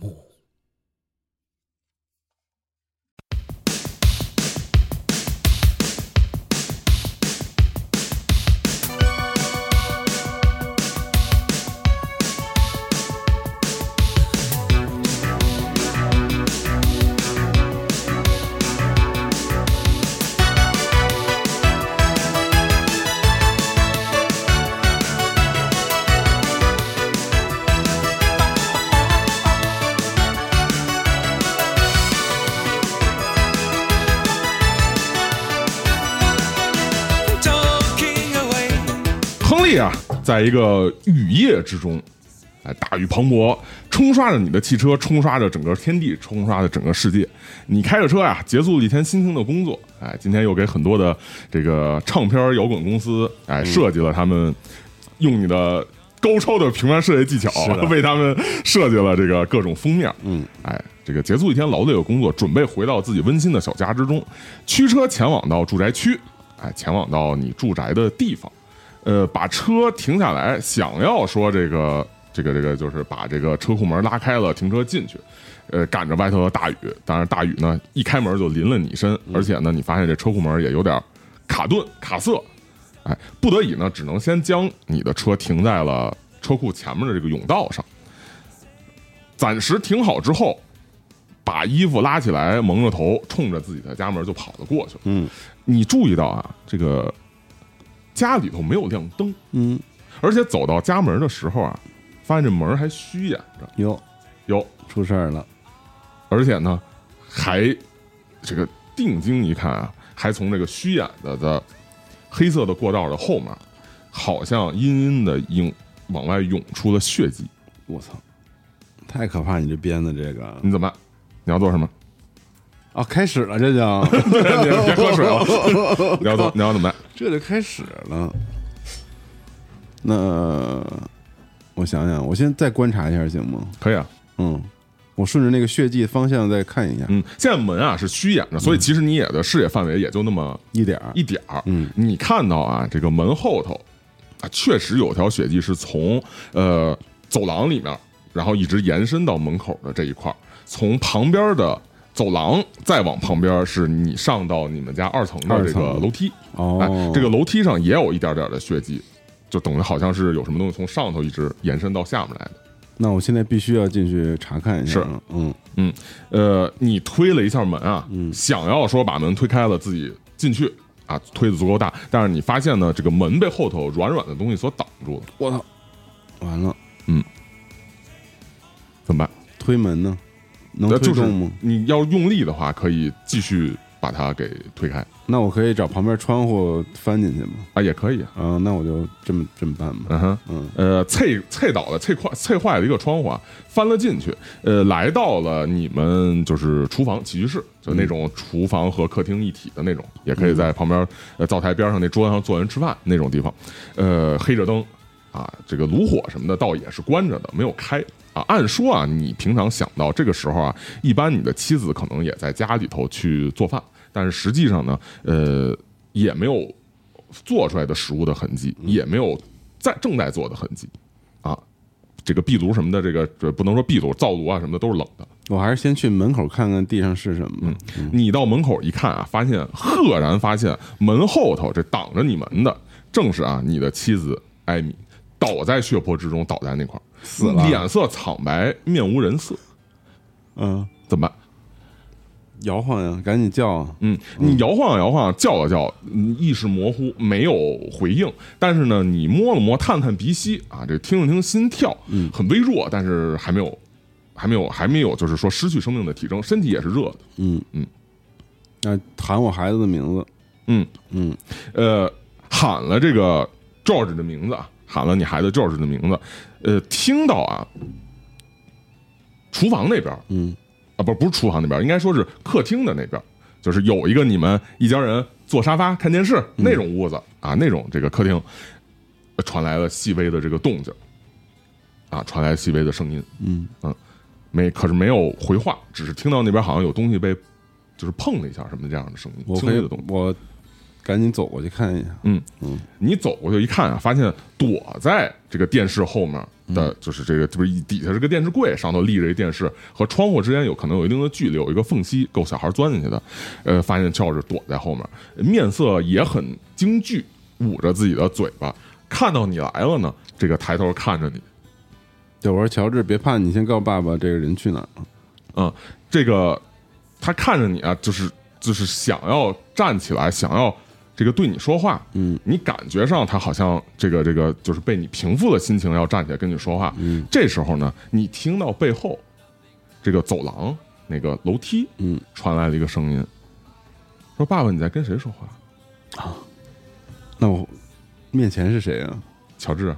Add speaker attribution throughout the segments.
Speaker 1: 幕。
Speaker 2: 亨利啊，在一个雨夜之中，哎，大雨磅礴，冲刷着你的汽车，冲刷着整个天地，冲刷着整个世界。你开着车呀、结束了一天辛勤的工作，哎，今天又给很多的这个唱片摇滚公司，哎，设计了他们用你的高超的平面设计技巧
Speaker 3: 是的，
Speaker 2: 为他们设计了这个各种封面。嗯，哎，这个结束一天劳累的工作，准备回到自己温馨的小家之中，驱车前往到住宅区，哎，前往到你住宅的地方。呃，把车停下来，想要说这个这个这个，就是把这个车库门拉开了，停车进去。呃，赶着外头的大雨，当然大雨呢一开门就淋了你一身，而且呢，你发现这车库门也有点卡顿卡塞，哎，不得已呢，只能先将你的车停在了车库前面的这个甬道上。暂时停好之后，把衣服拉起来，蒙着头，冲着自己的家门就跑了过去了。
Speaker 3: 嗯，
Speaker 2: 你注意到啊，这个家里头没有亮灯，
Speaker 3: 嗯，
Speaker 2: 而且走到家门的时候啊，发现这门还虚掩着，
Speaker 3: 哟，
Speaker 2: 有，
Speaker 3: 出事儿了，
Speaker 2: 而且呢，还这个定睛一看啊，还从这个虚掩的的黑色的过道的后面，好像阴阴的涌往外涌出了血迹。
Speaker 3: 我操，太可怕！你这编的这个
Speaker 2: 你怎么办？ 你要做什么？
Speaker 3: 啊，开始了，这就
Speaker 2: 别别喝水了。你 要做你要怎么办？
Speaker 3: 这就开始了。那我想想，我先再观察一下行吗？
Speaker 2: 可以啊，
Speaker 3: 嗯，我顺着那个血迹方向再看一下，
Speaker 2: 嗯，现在门啊是虚掩着，所以其实你也的视野范围也就那么
Speaker 3: 一点儿
Speaker 2: 一点儿。
Speaker 3: 嗯，
Speaker 2: 你看到啊，这个门后头啊，确实有条血迹是从呃走廊里面，然后一直延伸到门口的这一块儿，从旁边的走廊再往旁边是你上到你们家二层的这个
Speaker 3: 二层
Speaker 2: 楼梯。
Speaker 3: 哦
Speaker 2: 哎，，这个楼梯上也有一点点的血迹，就等于好像是有什么东西从上头一直延伸到下面来的。
Speaker 3: 那我现在必须要进去查看一下了。嗯，
Speaker 2: 呃，你推了一下门啊，想要说把门推开了自己进去啊，推的足够大，但是你发现呢，这个门被后头软软的东西所挡住了，
Speaker 3: 我操，完了，
Speaker 2: 怎么办？
Speaker 3: 推门呢？能
Speaker 2: 那
Speaker 3: 推
Speaker 2: 就是
Speaker 3: 动吗？
Speaker 2: 你要用力的话，可以继续把它给推开
Speaker 3: 那我可以找旁边窗户翻进去吗？
Speaker 2: 啊，也可以啊。
Speaker 3: 啊，那我就这么这么办吧。
Speaker 2: 嗯哼，
Speaker 3: 嗯，
Speaker 2: 呃，脆脆倒了，脆坏脆坏了一个窗户啊，翻了进去，呃，来到了你们就是厨房起居室，就那种厨房和客厅一体的那种，也可以在旁边呃灶台边上那桌子上坐人吃饭那种地方，呃，黑着灯啊，这个炉火什么的倒也是关着的，没有开啊。按说啊，你平常想到这个时候啊，一般你的妻子可能也在家里头去做饭，但是实际上呢，呃，也没有做出来的食物的痕迹，也没有在正在做的痕迹，啊，这个壁炉什么的，这个这不能说壁炉、灶炉啊什么的都是冷的，
Speaker 3: 我还是先去门口看看地上是什
Speaker 2: 嗯
Speaker 3: 么吧。
Speaker 2: 你到门口一看啊，发现赫然发现门后头这挡着你门的，正是啊你的妻子艾米倒在血泊之中，倒在那块儿，
Speaker 3: 死了
Speaker 2: 脸色惨白，面无人色，
Speaker 3: 嗯，
Speaker 2: 怎么办？
Speaker 3: 摇晃呀，赶紧叫啊！
Speaker 2: 嗯，你摇晃了摇晃，叫了叫，嗯意识模糊，没有回应。但是呢，你摸了摸，探探鼻息啊，这听了听心跳，很微弱，但是还没有，还没有，还没有，就是说失去生命的体征，身体也是热的。
Speaker 3: 那啊喊我孩子的名字，
Speaker 2: 嗯
Speaker 3: 嗯，
Speaker 2: 呃，喊了这个 George 的名字啊，喊了你孩子 George 的名字，呃，听到啊，厨房那边，
Speaker 3: 嗯，
Speaker 2: 啊，不，不是厨房那边，应该说是客厅的那边，就是有一个你们一家人坐沙发看电视那种屋子、啊，那种这个客厅，呃传来了细微的这个动静，啊，传来细微的声音，
Speaker 3: 嗯
Speaker 2: 没，可是没有回话，只是听到那边好像有东西被，就是碰了一下什么这样的声音，
Speaker 3: 我
Speaker 2: 轻
Speaker 3: 可以
Speaker 2: 微的动静。
Speaker 3: 我赶紧走过去看一下。
Speaker 2: 你走过去一看啊，发现躲在这个电视后面的，就是这个这不是底下是个电视柜，上头立着一电视，和窗户之间有可能有一定的距离，有一个缝隙够小孩钻进去的。呃，发现乔治躲在后面，面色也很惊惧，捂着自己的嘴巴，看到你来了呢，这个抬头看着你，
Speaker 3: 对，我说乔治，别怕，你先告爸爸这个人去哪儿了。
Speaker 2: 啊、这个他看着你啊，就是就是想要站起来，想要这个对你说话，
Speaker 3: 嗯，
Speaker 2: 你感觉上他好像这个这个就是被你平复了心情，要站起来跟你说话，
Speaker 3: 嗯，
Speaker 2: 这时候呢，你听到背后这个走廊那个楼梯，
Speaker 3: 嗯，
Speaker 2: 传来了一个声音，说：“爸爸，你在跟谁说话
Speaker 3: 那我面前是谁啊？？”
Speaker 2: 乔治，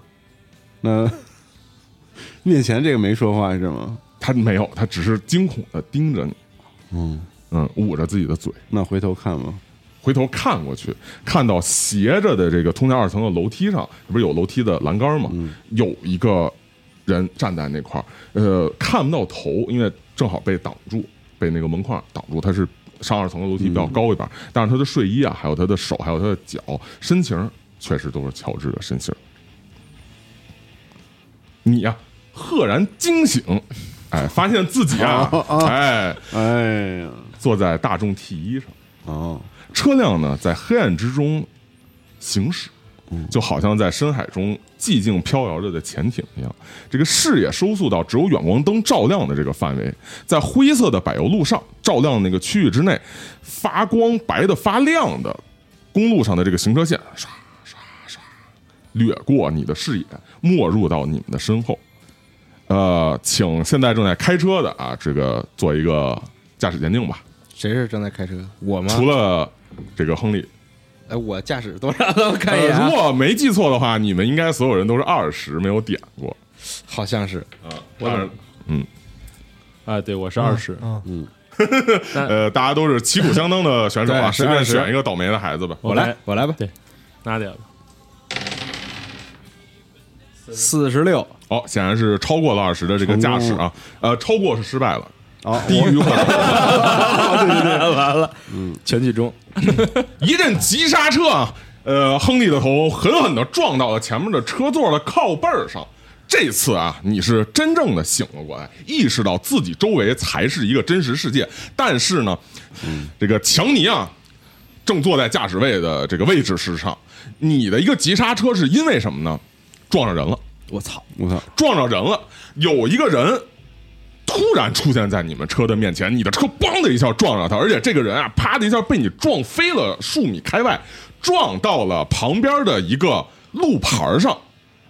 Speaker 3: 那 面前这个没说话是吗？
Speaker 2: 他没有，他只是惊恐的盯着你，
Speaker 3: 嗯，
Speaker 2: 嗯，捂着自己的嘴。
Speaker 3: 那回头看吧。
Speaker 2: 回头看过去，看到斜着的这个通向二层的楼梯上，不是有楼梯的栏杆吗？有一个人站在那块儿，呃，看不到头，因为正好被挡住，被那个门框挡住。他是上二层的楼梯比较高一点，但是他的睡衣啊，还有他的手，还有他的脚，身形确实都是乔治的身形。你呀、赫然惊醒，哎，发现自己 啊，哎，
Speaker 3: 哎呀，
Speaker 2: 坐在大众 T 一上。
Speaker 3: 哦，
Speaker 2: 车辆呢在黑暗之中行驶，就好像在深海中寂静飘摇着的潜艇一样。这个视野收缩到只有远光灯照亮的这个范围，在灰色的柏油路上照亮的那个区域之内，发光白的发亮的公路上的这个行车线，唰唰唰，掠过你的视野，没入到你们的身后。呃，请现在正在开车的啊，这个做一个驾驶鉴定吧。
Speaker 4: 谁是正在开车？我吗？
Speaker 2: 除了这个亨利，
Speaker 4: 哎，我驾驶多少？我
Speaker 5: 哎
Speaker 4: 看一眼
Speaker 2: 呃，
Speaker 4: 啊，
Speaker 2: 如果没记错的话，你们应该所有人都是二十，没有点过
Speaker 4: 好像是
Speaker 2: 啊。二嗯
Speaker 6: 啊，对，我是二十、
Speaker 4: 嗯，
Speaker 2: 呃，大家都是旗鼓相当的选手啊，
Speaker 4: 对是
Speaker 2: 随便
Speaker 4: 20
Speaker 2: 选一个倒霉的孩子吧。
Speaker 6: 我
Speaker 4: 来
Speaker 6: 来，
Speaker 4: 我来吧，
Speaker 6: 对拿点吧。
Speaker 4: 四十六，
Speaker 2: 哦，显然是超过了二十的这个驾驶啊，呃，超过是失败了。
Speaker 3: 哦
Speaker 2: 低于或者
Speaker 4: 完了，嗯，全剧终，
Speaker 2: 一阵急刹车啊，呃，亨利的头狠狠的撞到了前面的车座的靠背儿上。这次啊，你是真正的醒了过来，意识到自己周围才是一个真实世界。但是呢，这个强尼啊，正坐在驾驶位的这个位置之上，你的一个急刹车是因为什么呢？撞上人了。
Speaker 4: 我操，
Speaker 3: 我操，
Speaker 2: 撞着人了，有一个人突然出现在你们车的面前，你的车梆的一下撞上他，而且这个人啊，啪的一下被你撞飞了数米开外，撞到了旁边的一个路牌上。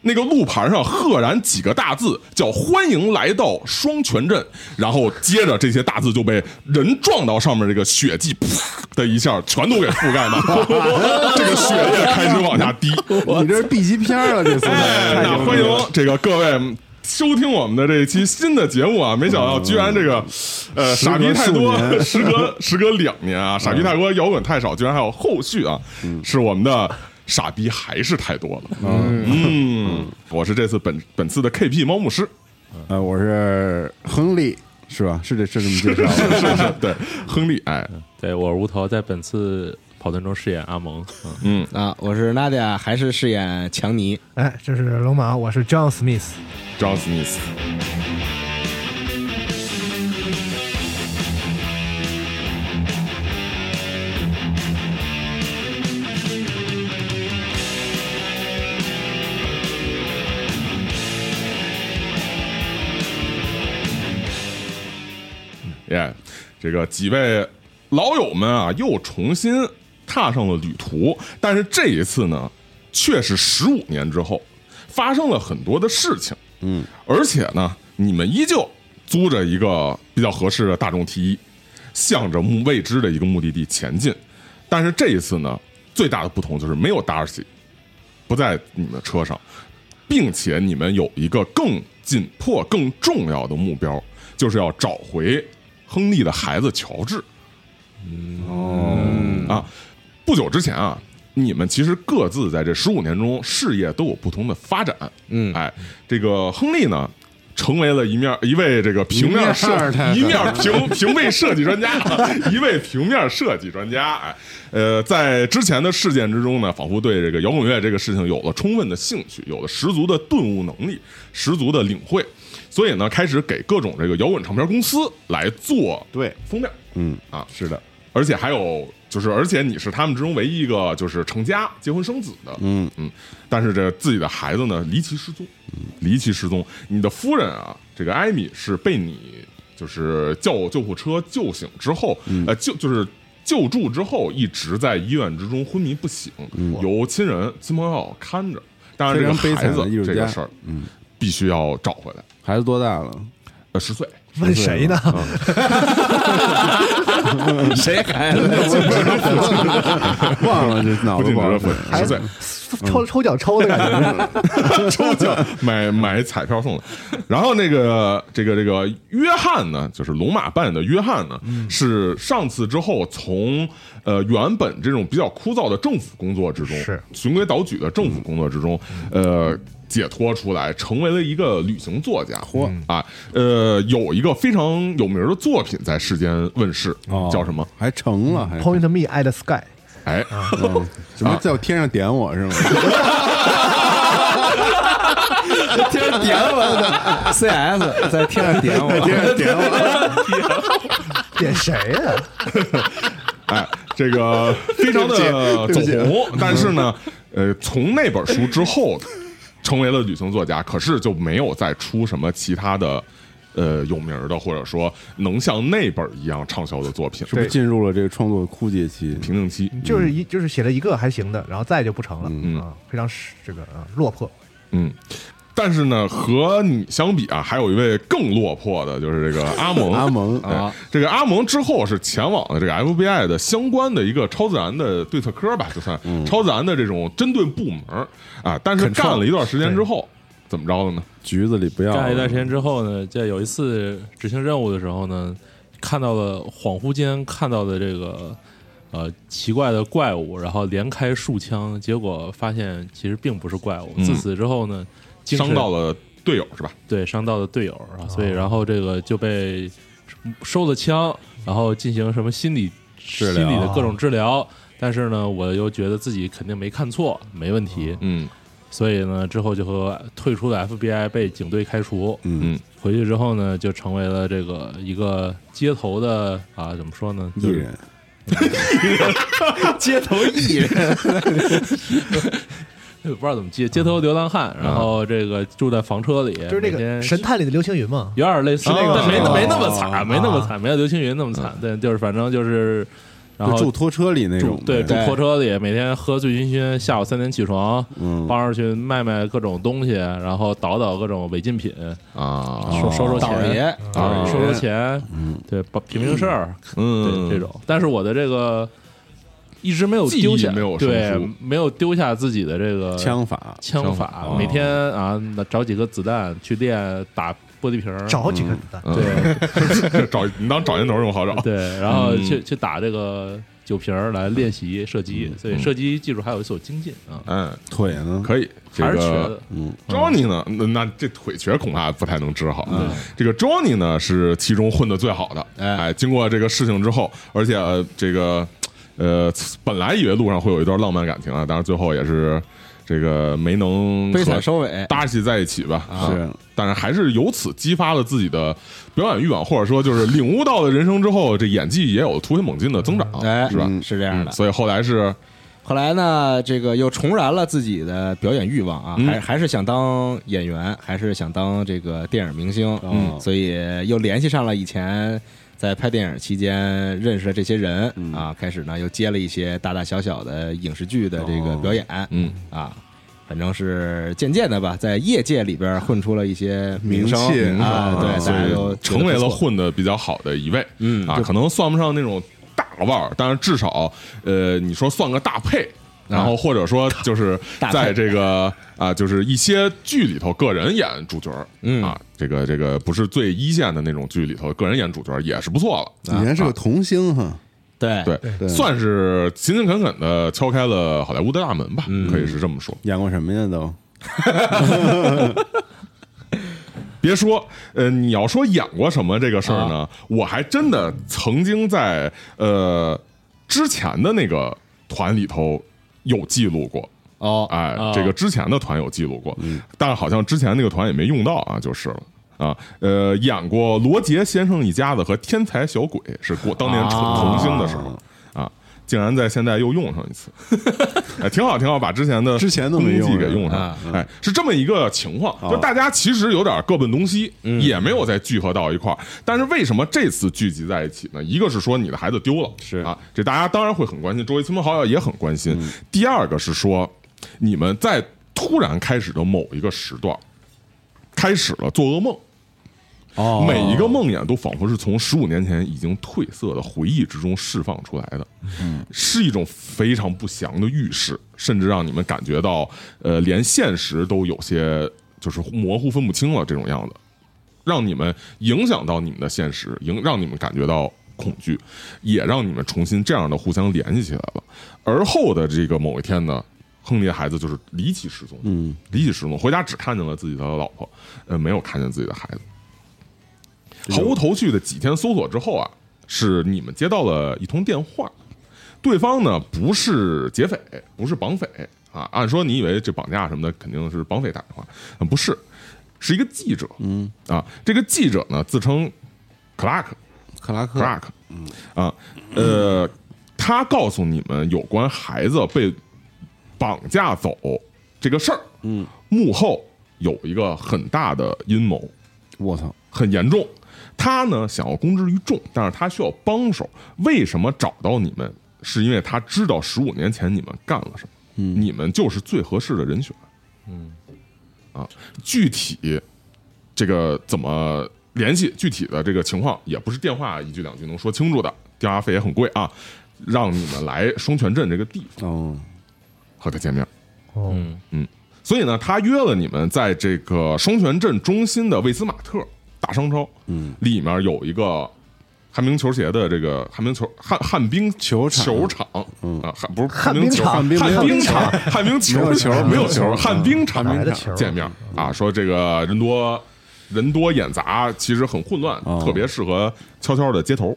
Speaker 2: 那个路牌上赫然几个大字叫“欢迎来到双泉镇”，然后接着这些大字就被人撞到上面这个血迹，啪的一下全都给覆盖满了， 这个血液开始往下滴。
Speaker 3: 你这是 B 级片儿了，啊这素
Speaker 2: 哎，
Speaker 3: 材太
Speaker 2: 那
Speaker 3: 牛
Speaker 2: 欢
Speaker 3: 逼
Speaker 2: 迎
Speaker 3: 了
Speaker 2: 这个各位收听我们的这一期新的节目啊！没想到居然这个，呃，
Speaker 3: 时隔
Speaker 2: 傻逼太多
Speaker 3: 数，年
Speaker 2: 时隔时隔两年啊，傻逼太多，摇滚太少，居然还有后续啊！是我们的傻逼还是太多了？嗯，我是这次本本次的 KP 猫牧师，
Speaker 3: 呃，我是亨利，是吧？是这是这 么介绍的。
Speaker 2: 是是，对，亨利，哎，
Speaker 6: 对，我是无头，在本次跑团中饰演阿蒙。嗯，
Speaker 2: 嗯，
Speaker 4: 啊，我是娜迪亚，还是饰演强尼，
Speaker 7: 哎， 这是龙马，我是 John Smith。
Speaker 2: 张 Smith。嗯哎这个几位老友们啊，又重新踏上了旅途。但是这一次呢，却是十五年之后，发生了很多的事情。嗯，而且呢，你们依旧租着一个比较合适的大众 T 一，向着目未知的一个目的地前进。但是这一次呢，最大的不同就是没有达尔西，不在你们的车上，并且你们有一个更紧迫、更重要的目标，就是要找回亨利的孩子乔治。哦，啊，不久之前啊，你们其实各自在这十五年中事业都有不同的发展。嗯，哎，这个亨利呢，成为了一面一位这个平面设
Speaker 3: 一面二太太
Speaker 2: 一面平 平面设计专家，啊一位平面设计专家。哎，呃，在之前的事件之中呢，仿佛对这个摇滚乐这个事情有了充分的兴趣，有了十足的顿悟能力，十足的领会。所以呢，开始给各种这个摇滚唱片公司来做
Speaker 3: 对，
Speaker 2: 封面，
Speaker 3: 嗯
Speaker 2: 啊，
Speaker 3: 是的，
Speaker 2: 而且还有就是，而且你是他们之中唯一一个就是成家、结婚生子的，
Speaker 3: 嗯
Speaker 2: 嗯，但是这自己的孩子呢离奇失踪，离奇失踪。你的夫人啊，这个艾米是被你就是叫救护车救醒之后，
Speaker 3: 嗯
Speaker 2: 呃，救就是救助之后，一直在医院之中昏迷不醒，由亲人亲朋好友看着。当然，这个
Speaker 3: 嗯非常悲
Speaker 2: 孩
Speaker 3: 惨
Speaker 2: 子
Speaker 3: 的艺术
Speaker 2: 这
Speaker 3: 家
Speaker 2: 个事儿，嗯，必须要找回来。
Speaker 3: 孩子多大了？
Speaker 2: 呃，十岁，
Speaker 7: 问谁呢？
Speaker 4: 谁孩子？
Speaker 3: 哦啊忘了这脑
Speaker 2: 不
Speaker 3: 子
Speaker 2: 禁止
Speaker 3: 不好
Speaker 2: 了
Speaker 3: 使
Speaker 2: 不禁止了，十岁，
Speaker 6: 嗯
Speaker 7: 抽抽奖抽的感 觉，
Speaker 2: 抽奖买买彩票送的。然后那个这个这个约翰呢，就是龙马扮演的约翰呢，是上次之后从呃原本这种比较枯燥的政府工作之中，
Speaker 1: 是
Speaker 2: 循规蹈矩的政府工作之中，呃。解脱出来，成为了一个旅行作家。嚯啊，呃，有一个非常有名的作品在世间问世，叫什么？
Speaker 3: 哦还成了，还
Speaker 7: Point me at the sky，
Speaker 2: 哎，
Speaker 3: 嗯什么在天上点我是吗？
Speaker 4: 天上点我的 CS 在天上点我，
Speaker 3: 天上 点我，
Speaker 7: 点谁呀？
Speaker 2: 哎，这个非常的
Speaker 3: 对
Speaker 2: 走
Speaker 3: 不起对不
Speaker 2: 红， 但是呢，呃，从那本书之后，成为了旅行作家，可是就没有再出什么其他的。呃，有名儿的，或者说能像那本一样畅销的作品，
Speaker 3: 是不是进入了这个创作枯竭期？
Speaker 2: 瓶颈期。
Speaker 7: 就是一就是写了一个还行的，然后再就不成了
Speaker 2: 嗯
Speaker 7: 啊，非常是这个啊落魄。
Speaker 2: 嗯，但是呢，和你相比啊，还有一位更落魄的，就是这个阿蒙。
Speaker 3: 阿蒙
Speaker 2: 哎，
Speaker 6: 啊
Speaker 2: 这个阿蒙之后是前往了这个 FBI 的相关的一个超自然的对策科吧，就算
Speaker 6: 嗯
Speaker 2: 超自然的这种针对部门儿啊。但是干了一段时间之后，怎么着了呢？
Speaker 3: 局子里不要
Speaker 2: 哦
Speaker 6: 干了一段
Speaker 3: 了
Speaker 6: 时间之后呢，在有一次执行任务的时候呢，看到了恍惚间看到的这个呃奇怪的怪物，然后连开数枪，结果发现其实并不是怪物。
Speaker 2: 嗯
Speaker 6: 自此之后呢，精神
Speaker 2: 伤到了哦队友是吧？
Speaker 6: 对伤到了队友，然后所以然后这个就被收了枪，然后进行什么心理
Speaker 4: 治
Speaker 6: 心
Speaker 4: 疗
Speaker 6: 理的各种治疗。但是呢，我又觉得自己肯定没看错，没问题，
Speaker 2: 嗯
Speaker 6: 所以呢，之后就和退出的 FBI 被警队开除，
Speaker 2: 嗯，
Speaker 6: 回去之后呢，就成为了这个一个街头的啊，怎么说呢？
Speaker 3: 艺
Speaker 6: 就是
Speaker 3: 人，
Speaker 4: 街头艺人，
Speaker 6: 不知道怎么接，街头流浪汉，然后这个住在房车里，
Speaker 7: 就是
Speaker 6: 每
Speaker 7: 那个
Speaker 6: 天
Speaker 7: 神探里的刘青云
Speaker 2: 嗯
Speaker 7: 嘛，
Speaker 6: 有点类
Speaker 2: 是
Speaker 6: 似，
Speaker 2: 那个
Speaker 6: 但没
Speaker 2: 是吧
Speaker 6: 没那么惨，
Speaker 3: 哦
Speaker 6: 没那么惨，没有刘青云那么惨，对，就是反正就是，然后
Speaker 3: 就住拖车里那种
Speaker 6: 住
Speaker 3: 呗，
Speaker 6: 对住
Speaker 4: 对
Speaker 6: 拖车里，每天喝醉醺醺，下午三点起床，
Speaker 3: 嗯
Speaker 6: 帮着去卖卖各种东西，然后倒倒各种违禁品，
Speaker 2: 啊，
Speaker 6: 收收收
Speaker 4: 倒
Speaker 6: 钱，
Speaker 4: 爷，
Speaker 6: 啊，
Speaker 4: 倒
Speaker 6: 收收
Speaker 4: 爷，
Speaker 6: 钱，对，把平平事儿，
Speaker 2: 嗯，
Speaker 6: 对 这种。但是我的这个一直没有
Speaker 2: 记忆
Speaker 6: 丢下，
Speaker 2: 没有
Speaker 6: 对
Speaker 2: 生疏，
Speaker 6: 没有丢下自己的这个
Speaker 3: 枪法，
Speaker 6: 枪
Speaker 2: 枪
Speaker 6: 法
Speaker 2: 法，
Speaker 6: 每天啊拿找几个子弹去练打玻璃瓶儿，
Speaker 7: 找几个子
Speaker 2: 嗯
Speaker 7: 弹，
Speaker 6: 对
Speaker 2: 对找你当找烟头用好找，
Speaker 6: 对，然后
Speaker 2: 嗯
Speaker 6: 去去打这个酒瓶儿来练习射击，所以射击技术还有所精进啊，
Speaker 2: 嗯，
Speaker 3: 腿呢？
Speaker 2: 可以，这
Speaker 6: 还是缺
Speaker 2: 个
Speaker 6: 的。
Speaker 4: 嗯
Speaker 2: Johnny 呢？那那这腿瘸恐怕不太能治好。这个 Johnny 呢是其中混得最好
Speaker 4: 嗯
Speaker 2: 的。
Speaker 4: 哎
Speaker 2: 哎，经过这个事情之后，而且、呃这个呃，本来以为路上会有一段浪漫感情啊，但是最后也是这个没能
Speaker 4: 悲
Speaker 2: 和
Speaker 4: 惨收尾，
Speaker 2: 搭戏在一起吧。啊
Speaker 3: 是，
Speaker 2: 但是还是由此激发了自己的表演欲望，或者说就是领悟到了人生之后，这演技也有突飞猛进的增长，
Speaker 4: 哎，
Speaker 2: 是吧？
Speaker 4: 嗯是这样的
Speaker 2: 嗯。所以后来是
Speaker 4: 后来呢，这个又重燃了自己的表演欲望啊，
Speaker 2: 嗯
Speaker 4: 还还是想当演员，还是想当这个电影明星，
Speaker 3: 嗯
Speaker 4: 所以又联系上了以前
Speaker 5: 在拍电影期间认识了这些人
Speaker 3: 嗯
Speaker 5: 啊，开始呢又接了一些大大小小的影视剧的这个表演
Speaker 2: 嗯，
Speaker 5: 啊，反正是渐渐的吧，在业界里边混出了一些
Speaker 3: 名
Speaker 5: 声
Speaker 3: 气
Speaker 5: 啊，
Speaker 3: 啊
Speaker 5: 对，
Speaker 2: 所
Speaker 5: 大家都
Speaker 2: 以成为
Speaker 5: 觉得
Speaker 2: 了
Speaker 5: 不错
Speaker 2: 混的比较好的一位，
Speaker 5: 嗯
Speaker 2: 啊，
Speaker 5: 就
Speaker 2: 可能算不上那种大腕儿，但是至少呃，你说算个大配。然后或者说就是
Speaker 5: 大
Speaker 2: 在
Speaker 5: 配
Speaker 2: 这个啊，就是一些剧里头个人演主角儿，
Speaker 5: 嗯
Speaker 2: 啊，这个这个不是最一线的那种剧里头个人演主角儿也是不错了，
Speaker 3: 你还是个童星哈，
Speaker 5: 嗯对
Speaker 2: 对，
Speaker 3: 对
Speaker 2: 算是勤勤恳恳的敲开了好莱坞的大门吧，
Speaker 5: 嗯
Speaker 2: 可以是这么说。
Speaker 3: 演过什么呀都？
Speaker 2: 别说，呃，你要说演过什么这个事儿呢，我还真的曾经在呃之前的那个团里头有记录过。
Speaker 5: 哦
Speaker 2: 哎，
Speaker 6: 哦
Speaker 2: 这个之前的团有记录过，但是好像之前那个团也没用到啊，就是了。啊，呃，演过罗杰先生一家子和天才小鬼，是过当年重
Speaker 5: 啊
Speaker 2: 重星的时候啊竟然在现在又用上一次，哎，挺好，挺好，把之前的
Speaker 3: 之前都没用
Speaker 2: 功绩给
Speaker 3: 是吧啊
Speaker 2: 用上
Speaker 5: 啊，
Speaker 2: 哎，是这么一个情况，就大家其实有点各奔东西，
Speaker 5: 嗯
Speaker 2: 也没有再聚合到一块儿。但是为什么这次聚集在一起呢？一个是说你的孩子丢了，
Speaker 5: 是
Speaker 2: 啊，这大家当然会很关心，周围亲朋好友也很关心。
Speaker 3: 嗯
Speaker 2: 第二个是说，你们在突然开始的某一个时段，开始了做噩梦。
Speaker 4: 哦
Speaker 2: 每一个梦魇都仿佛是从十五年前已经褪色的回忆之中释放出来的，是一种非常不祥的预示，甚至让你们感觉到，呃，连现实都有些就是模糊分不清了这种样子，让你们影响到你们的现实，影让你们感觉到恐惧，也让你们重新这样的互相联系起来了。而后的这个某一天呢，亨利的孩子就是离奇失踪，
Speaker 3: 嗯，
Speaker 2: 离奇失踪，回家只看见了自己的老婆，呃，没有看见自己的孩子。毫无头绪的几天搜索之后啊，是你们接到了一通电话，对方呢不是劫匪，不是绑匪啊。按说你以为这绑架什么的肯定是绑匪打电话，嗯不是，是一个记者。嗯啊，这个记者呢自称克拉克，
Speaker 3: 克拉克嗯
Speaker 2: Clark，啊，呃，他告诉你们有关孩子被绑架走这个事儿，嗯，幕后有一个很大的阴谋，
Speaker 3: 我操，
Speaker 2: 很严重。他呢想要公之于众，但是他需要帮手。为什么找到你们？是因为他知道十五年前你们干了什么，你们就是最合适的人选。嗯，啊，具体这个怎么联系，具体的这个情况也不是电话一句两句能说清楚的，电话费也很贵啊。让你们来双泉镇这个地方
Speaker 3: 哦，
Speaker 2: 和他见面。
Speaker 7: 哦，
Speaker 6: 嗯
Speaker 2: 所以呢，他约了你们在这个双泉镇中心的魏斯马特大商超，嗯，里面有一个旱冰球鞋的这个旱冰球旱旱冰球
Speaker 3: 场
Speaker 2: 球场，嗯啊，旱不是旱
Speaker 7: 冰
Speaker 2: 球，
Speaker 7: 场
Speaker 2: 旱
Speaker 3: 旱冰
Speaker 2: 冰场，旱冰球
Speaker 3: 没有球
Speaker 2: 没有
Speaker 3: 没
Speaker 2: 球，
Speaker 3: 有球
Speaker 2: 旱冰场
Speaker 7: 哪来的球
Speaker 2: 见面啊，说这个人多人多眼杂，其实很混乱，
Speaker 3: 哦
Speaker 2: 特别适合悄悄的街头。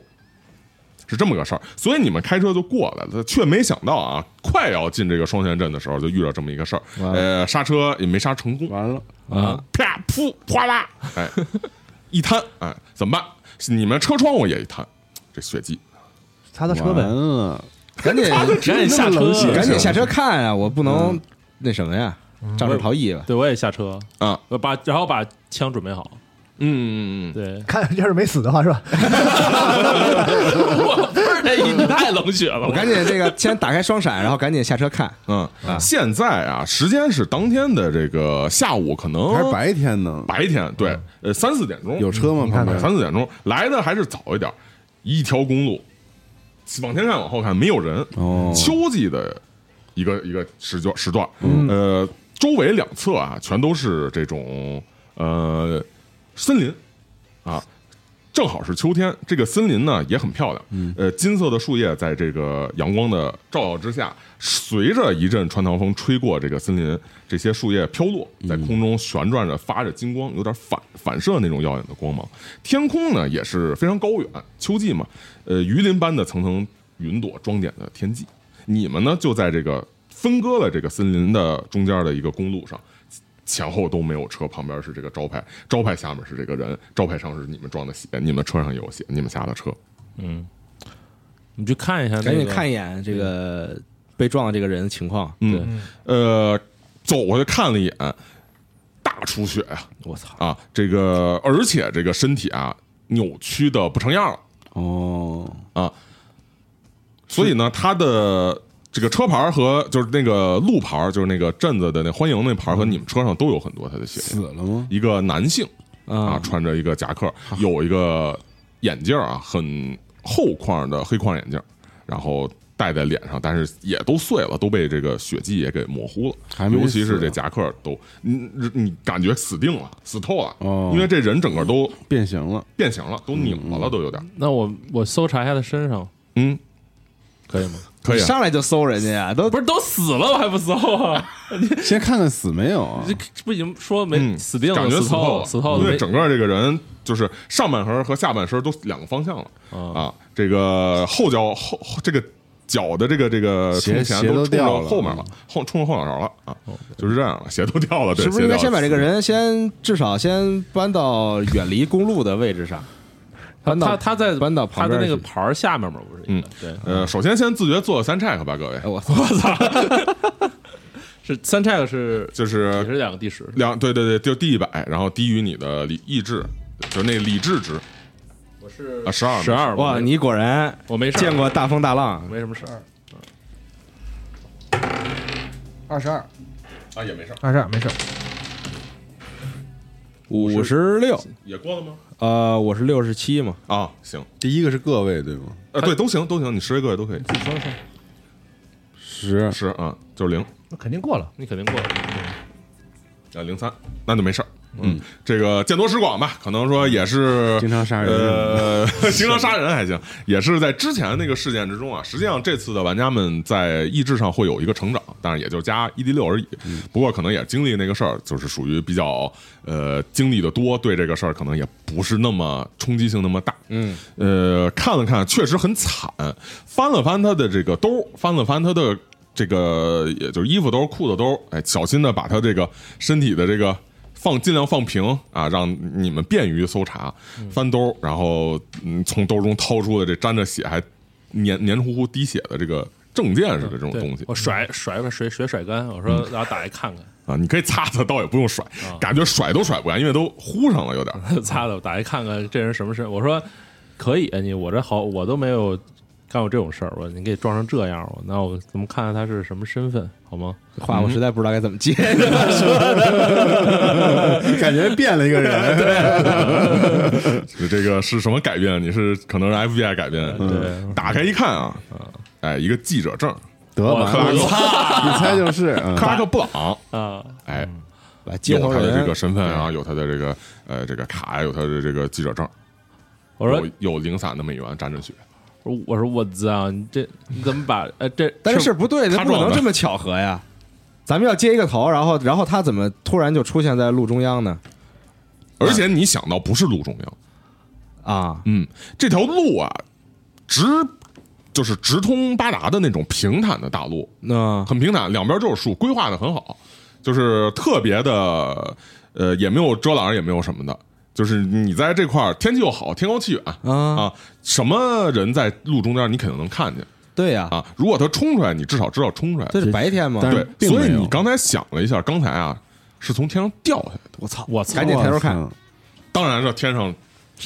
Speaker 2: 是这么个事儿，所以你们开车就过来了，却没想到啊，快要进这个双泉镇的时候，就遇到这么一个事儿，呃，刹车也没刹成功，
Speaker 3: 完了，
Speaker 6: 啊，
Speaker 2: 啪噗哗 啦，哎，一摊，哎，怎么办？你们车窗户也一摊，这血迹，
Speaker 7: 擦擦车
Speaker 3: 完
Speaker 7: 呗，，
Speaker 3: 了，
Speaker 5: 赶紧
Speaker 6: 赶紧下车，
Speaker 5: 赶紧下车看啊！我不能那什么呀，仗势逃逸吧？
Speaker 6: 对我也下车
Speaker 2: 啊，
Speaker 6: 我把然后把枪准备好，
Speaker 2: 嗯嗯嗯，
Speaker 6: 对
Speaker 7: 看要是没死的话是吧？
Speaker 6: 我不是那你太冷血了，
Speaker 5: 我 赶紧这个先打开双闪，然后赶紧下车看。
Speaker 2: 嗯，现在啊，时间是当天的这个下午，可能
Speaker 3: 还是白天呢，
Speaker 2: 白天，对，呃，三四点钟
Speaker 3: 嗯
Speaker 2: 嗯
Speaker 3: 有车吗？旁边
Speaker 2: 三四点钟来的还是早一点，一条公路，往前看往后看没有人，
Speaker 3: 哦，
Speaker 2: 秋季的一个一个时段时段，
Speaker 3: 嗯
Speaker 2: 呃，周围两侧啊全都是这种呃森林啊，正好是秋天，这个森林呢也很漂亮，呃，金色的树叶在这个阳光的照耀之下，随着一阵穿堂风吹过这个森林，这些树叶飘落，在空中旋转着，发着金光，有点反反射那种耀眼的光芒。天空呢也是非常高远，秋季嘛，呃，鱼鳞般的层层云朵装点的天际。你们呢就在这个分割了这个森林的中间的一个公路上，前后都没有车，旁边是这个招牌，招牌下面是这个人，招牌上是你们撞的血，你们车上也有血，你们下的车。
Speaker 6: 你去看一下，
Speaker 5: 赶紧看一，眼这个被撞的这个人的情况。
Speaker 2: 嗯
Speaker 6: 对，
Speaker 2: 呃，走过去看了一眼，大出血呀、
Speaker 5: 我操！
Speaker 2: 啊！这个而且这个身体啊扭曲的不成样了，
Speaker 3: 哦，
Speaker 2: 所以呢，它的这个车牌和就是那个路牌，就是那个镇子的那欢迎那牌和你们车上都有很多它的写
Speaker 3: 死
Speaker 2: 印。
Speaker 3: 了吗？
Speaker 2: 一个男性啊，
Speaker 6: 啊，
Speaker 2: 穿着一个夹克，
Speaker 3: 啊
Speaker 2: 有一个眼镜啊，很厚框的黑框眼镜，然后戴在脸上，但是也都碎了，都被这个血迹也给模糊了。
Speaker 3: 还没
Speaker 2: 尤其是
Speaker 3: 死
Speaker 2: 这夹克都，你你你感觉死定了，死透了，
Speaker 3: 哦嗯
Speaker 2: 因为这人整个都
Speaker 3: 变形了，
Speaker 2: 变形了，都拧巴了，都有点。
Speaker 6: 那我我搜查一下他身上
Speaker 2: 嗯，
Speaker 6: 可以吗？
Speaker 2: 可以啊。
Speaker 5: 上来就搜人家呀，都
Speaker 6: 不是都死了，我还不搜啊？
Speaker 3: 先看看死没有啊
Speaker 6: 这？这不已经说没
Speaker 2: 嗯，
Speaker 6: 死定
Speaker 2: 感
Speaker 6: 了，
Speaker 2: 觉
Speaker 6: 死透
Speaker 2: 了，
Speaker 6: 了，死透了
Speaker 2: 因为
Speaker 6: 没
Speaker 2: 整个这个人就是上半身和下半身都两个方向了、啊。这个后脚后后这个脚的这个这个
Speaker 3: 鞋
Speaker 2: 冲前
Speaker 3: 鞋
Speaker 2: 都
Speaker 3: 都
Speaker 2: 冲
Speaker 3: 掉
Speaker 2: 着
Speaker 3: 了
Speaker 2: 后面了，后冲着后脑勺了啊，就是这样了，鞋都掉了。对
Speaker 5: 是不是应该先把这个？
Speaker 2: 鞋掉了
Speaker 5: 人先至少先搬到远离公路的位置上？
Speaker 6: 他
Speaker 5: 搬到
Speaker 6: 他他在
Speaker 5: 搬到
Speaker 6: 他
Speaker 5: 旁
Speaker 6: 的
Speaker 5: 边
Speaker 6: 那个
Speaker 5: 去
Speaker 6: 牌儿下面嘛，不是？
Speaker 2: 嗯，
Speaker 6: 对，
Speaker 2: 呃，首先先自觉做三 check 吧，各位
Speaker 5: 哎，我操！
Speaker 6: 我操，是三 check 是
Speaker 2: 就是
Speaker 6: 也是两个第十，
Speaker 2: 两对对对，就第一百，然后低于你的理意志，就那理智值
Speaker 6: 我是
Speaker 2: 啊，十二
Speaker 6: 十二吧。
Speaker 5: 哇，你果然
Speaker 6: 我没事儿
Speaker 5: 见过大风大浪，
Speaker 6: 没什么事儿，
Speaker 7: 二十二，
Speaker 2: 啊也没事儿，
Speaker 7: 二十二，没事。
Speaker 5: 五十六，
Speaker 2: 也过了吗？
Speaker 5: 呃，我是六十七嘛，
Speaker 2: 啊，行，
Speaker 3: 第一个是个位对吗？
Speaker 2: 呃，对，都行都行，你十一个也都可以，
Speaker 3: 十
Speaker 2: 十啊就是零。
Speaker 7: 那肯定过了，
Speaker 6: 你肯定过了。
Speaker 2: 啊，零三，那就没事儿。嗯，这个见多识广吧，可能说也是
Speaker 3: 经常杀人
Speaker 2: 呃， 经常杀人还行，也是在之前那个事件之中啊。实际上，这次的玩家们在意志上会有一个成长，但是也就加一 d 六而已。
Speaker 3: 嗯
Speaker 2: 不过可能也经历那个事儿，就是属于比较呃经历的多，对这个事儿可能也不是那么冲击性那么大。嗯，呃，看了看，确实很惨，翻了翻他的这个兜儿，翻了翻他的这个也就是衣服兜、裤子兜，哎，小心的把他这个身体的这个放尽量放平啊，让你们便于搜查。
Speaker 6: 嗯
Speaker 2: 翻兜，然后嗯，从兜中掏出了这沾着血还黏黏糊糊滴血的这个证件似的这种
Speaker 6: 对
Speaker 2: 东西
Speaker 6: 我甩甩把水水甩干，我说然后打开看看，
Speaker 2: 啊，你可以擦擦，倒也不用甩，
Speaker 6: 啊
Speaker 2: 感觉甩都甩不干，因为都糊上了有 点儿。
Speaker 6: 擦的，我打开看看这人什么事儿。我说可以啊，你我这好，我都没有干过这种事儿，我说你给撞成这样了，那我怎么看看他是什么身份好吗？
Speaker 5: 话我实在不知道该怎么接。
Speaker 3: 感觉变了一个 人，
Speaker 2: 这个是什么改变？你是可能是 FBI 改变？
Speaker 6: 对，嗯
Speaker 2: 打开一看啊，哎，一个记者证，
Speaker 3: 得
Speaker 6: 我
Speaker 3: 完了，你猜就是 啊
Speaker 2: 克拉克布朗，
Speaker 6: 嗯啊，
Speaker 2: 哎，
Speaker 5: 把街
Speaker 2: 有
Speaker 5: 头
Speaker 2: 他的这
Speaker 5: 人
Speaker 2: 个身份，然
Speaker 6: 嗯
Speaker 2: 后有他的这个呃这个卡，有他的这个记者证，
Speaker 6: 我说
Speaker 2: 有有零散的美元沾着血，
Speaker 6: 我说我说我操，你这你怎么把呃这？
Speaker 5: 但是事儿不对，
Speaker 2: 他
Speaker 5: 他不
Speaker 2: 撞
Speaker 5: 能
Speaker 2: 的
Speaker 5: 这么巧合呀。 咱们要接一个头，然后然后他怎么突然就出现在路中央呢？
Speaker 2: 而且你想到不是路中央，
Speaker 5: 啊，
Speaker 2: 嗯，这条路啊，直就是直通巴达的那种平坦的大路，
Speaker 5: 那
Speaker 2: 很平坦，两边就是树，规划的很好，就是特别的，呃，也没有遮挡，也没有什么的。就是你在这块儿天气又好，天高气远啊什么人在路中间，你肯定能看见
Speaker 5: 对呀，
Speaker 2: 啊。如果他冲出来，你至少知道冲出来。
Speaker 5: 这是白天嘛？
Speaker 3: 但是
Speaker 2: 对，
Speaker 3: 并
Speaker 2: 所以
Speaker 3: 没有
Speaker 2: 你刚才想了一下，刚才啊是从天上掉下来的。
Speaker 5: 我操，
Speaker 6: 我操
Speaker 5: 赶紧抬头看，
Speaker 3: 嗯
Speaker 2: 当然了，天上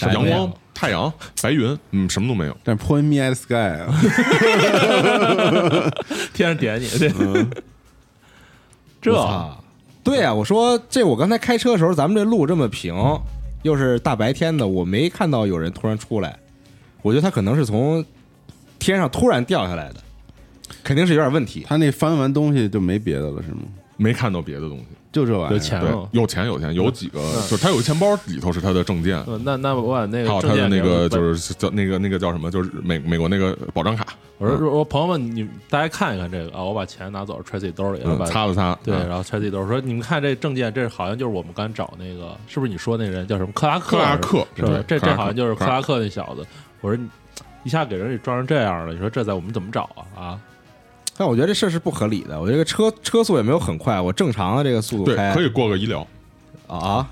Speaker 5: 也
Speaker 2: 阳
Speaker 5: 没
Speaker 2: 光
Speaker 5: 有、
Speaker 2: 太阳、白云，嗯，什么都没有。
Speaker 3: 但是 Point Me at Sky 啊，
Speaker 6: 天上 点你，对，嗯这
Speaker 5: 我操对啊呀，我说这我刚才开车的时候，咱们这路这么平，又是大白天的，我没看到有人突然出来，我觉得他可能是从天上突然掉下来的，肯定是有点问题。
Speaker 3: 他那翻完东西就没别的了是吗？
Speaker 2: 没看到别的东西，
Speaker 3: 就这玩意
Speaker 6: 有
Speaker 3: 儿，
Speaker 6: 钱啊
Speaker 2: 对
Speaker 6: 了，。
Speaker 2: 有钱有钱，有几个
Speaker 6: 嗯
Speaker 2: 就是他有个钱包里头是他的证件，
Speaker 6: 呃那那我把那
Speaker 2: 还有
Speaker 6: 个
Speaker 2: 他的
Speaker 6: 证件
Speaker 2: 那
Speaker 6: 给我
Speaker 2: 个就是叫那个那个叫什么，就是美美国那个保障卡，
Speaker 6: 我说我朋友们，你大家看一看这个啊，我把钱拿走，揣自己兜里，然后
Speaker 2: 嗯
Speaker 6: 把
Speaker 2: 擦了擦，
Speaker 6: 对，
Speaker 2: 嗯
Speaker 6: 然后揣自己兜。我说你们看这证件，这好像就是我们刚找那个，是不是你说那人叫什么克拉
Speaker 2: 克
Speaker 6: 克？
Speaker 2: 拉克
Speaker 6: 是吧
Speaker 2: 对？
Speaker 6: 这
Speaker 2: 克拉克
Speaker 6: 这好像就是
Speaker 2: 克
Speaker 6: 克
Speaker 2: 拉
Speaker 6: 拉克那小子。我说你一下给人给撞成这样了，你说这在我们怎么找啊？啊，
Speaker 5: 但我觉得这事儿是不合理的。我这个车车速也没有很快，我正常的这个速度开
Speaker 2: 对，可以过个医疗
Speaker 5: 啊，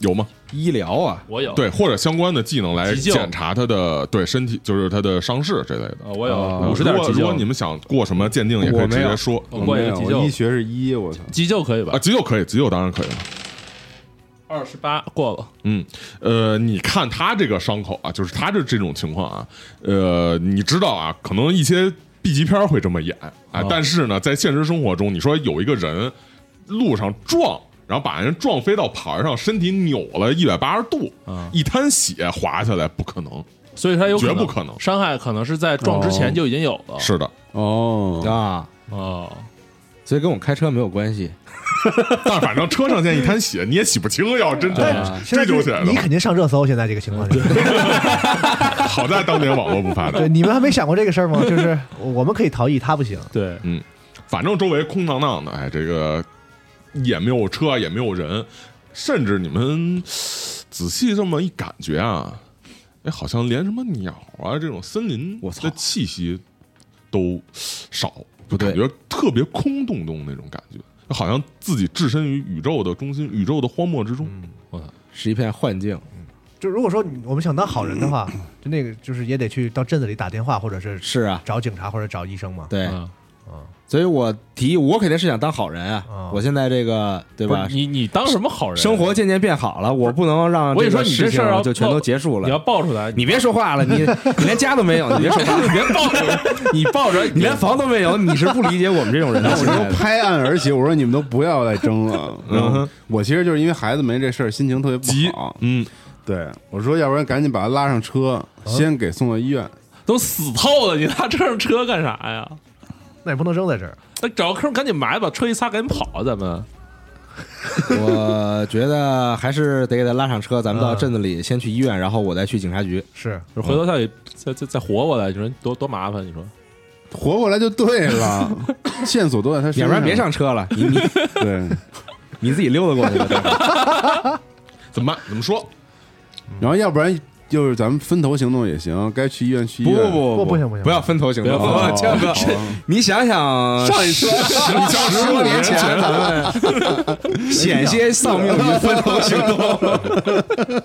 Speaker 2: 有吗？
Speaker 5: 医疗啊，
Speaker 6: 我有，
Speaker 2: 对，或者相关的技能来
Speaker 6: 哦急救
Speaker 2: 检查他的对身体，就是他的伤势之类的。
Speaker 6: 呃，我
Speaker 3: 哦
Speaker 6: 有五十
Speaker 2: 啊如
Speaker 6: 点
Speaker 2: 果
Speaker 6: 急
Speaker 2: 如果
Speaker 6: 救，
Speaker 2: 你们想过什么鉴定，也可以
Speaker 5: 我
Speaker 2: 直
Speaker 5: 没有
Speaker 2: 接说
Speaker 6: 我过一个急
Speaker 3: 我没有我
Speaker 6: 救
Speaker 3: 医，学是一，我操，
Speaker 6: 急救可以吧
Speaker 2: 啊，？急救可以，急救当然可以了。
Speaker 6: 二十八过了，
Speaker 2: 嗯，呃，你看他这个伤口啊，就是他这这种情况啊，呃，你知道啊，可能一些 B 级片儿会这么演啊，但是呢，在现实生活中，你说有一个人路上撞，然后把人撞飞到牌儿上，身体扭了一百八十度，
Speaker 6: 啊
Speaker 2: 一滩血滑下来，不可能。
Speaker 6: 所以他有
Speaker 2: 绝不可能
Speaker 6: 伤害可能是在撞之前就已经有了。
Speaker 2: 是的，
Speaker 3: 哦，
Speaker 5: 啊，
Speaker 6: 哦，
Speaker 5: 所以跟我开车没有关系。
Speaker 2: 但反正车上现在一滩血，你也洗不清，要真
Speaker 7: 但
Speaker 2: 的，
Speaker 7: 啊现
Speaker 2: 这
Speaker 7: 在
Speaker 2: 就显
Speaker 7: 你
Speaker 2: 得
Speaker 7: 肯定上热搜，现在这个情况下。
Speaker 2: 好在当年网络不发达
Speaker 7: 对，， 你们还没想过这个事儿吗？就是我们可以逃逸，他不行。
Speaker 6: 对，
Speaker 2: 反正周围空荡荡的，哎，这个也没有车，也没有人，甚至你们仔细这么一感觉啊，哎，好像连什么鸟啊这种森林
Speaker 5: 我操
Speaker 2: 的气息都少，
Speaker 5: 不
Speaker 2: 就
Speaker 5: 对
Speaker 2: 感觉特别空洞洞那种感觉，好像自己置身于宇宙的中心，宇宙的荒漠之中。
Speaker 5: 是一片幻境，
Speaker 7: 就如果说你我们想当好人的话， 就那个就是也得去到镇子里打电话，或者嗯是
Speaker 5: 是啊，
Speaker 7: 找警察或者找医生嘛。
Speaker 5: 对，
Speaker 6: 嗯
Speaker 5: 所以我提议，我肯定是想当好人啊
Speaker 7: 啊！
Speaker 5: 我现在这个对
Speaker 6: 不
Speaker 5: 吧
Speaker 6: 是，你你当什么好人？啊
Speaker 5: 生活渐渐变好了，我不能让
Speaker 6: 我跟你说
Speaker 5: 个
Speaker 6: 你这
Speaker 5: 事
Speaker 6: 事儿
Speaker 5: 情
Speaker 6: 要
Speaker 5: 就全都结束
Speaker 6: 你要
Speaker 5: 了。
Speaker 6: 爆出来，
Speaker 5: 你别说话了， 你你连家都没有，你别说话，
Speaker 6: 你别爆出来，
Speaker 5: 你抱着你连房都没有，你是不理解我们这种人的
Speaker 3: 我
Speaker 5: 心态的
Speaker 3: 就。拍案而起，我说你们都不要再争了。然后我其实就是因为孩子没这事儿，心情特别
Speaker 2: 急
Speaker 3: 不好。
Speaker 2: 嗯，
Speaker 3: 对，我说要不然赶紧把他拉上车，先给送到医院。
Speaker 6: 都死透了，你拿这辆车干啥呀？
Speaker 7: 那也不能扔在这儿。
Speaker 6: 那找个坑赶紧埋吧，车一擦赶紧跑，啊咱们
Speaker 5: 我觉得还是得给他拉上车，咱们到镇子里先去医院，然后我再去警察局。
Speaker 7: 是，
Speaker 6: 回头再给再再再活过来，你说多多麻烦？你说
Speaker 3: 活过来就对了，线索都在他
Speaker 6: 啊
Speaker 3: 身上，
Speaker 5: 要不然别。上车了，你 你
Speaker 3: 对，
Speaker 5: 你自己溜达过去吧。
Speaker 2: 怎么办？怎么说？
Speaker 3: 然后要不然就是咱们分头行动也行，该去医院 去医
Speaker 5: 不
Speaker 3: 院。哦
Speaker 5: 不不
Speaker 7: 不不行不行，
Speaker 5: 不要分头行动，
Speaker 6: 不要分
Speaker 5: 哦千万不要。你想想，上一次十五年前咱们险些丧命于分头行 动，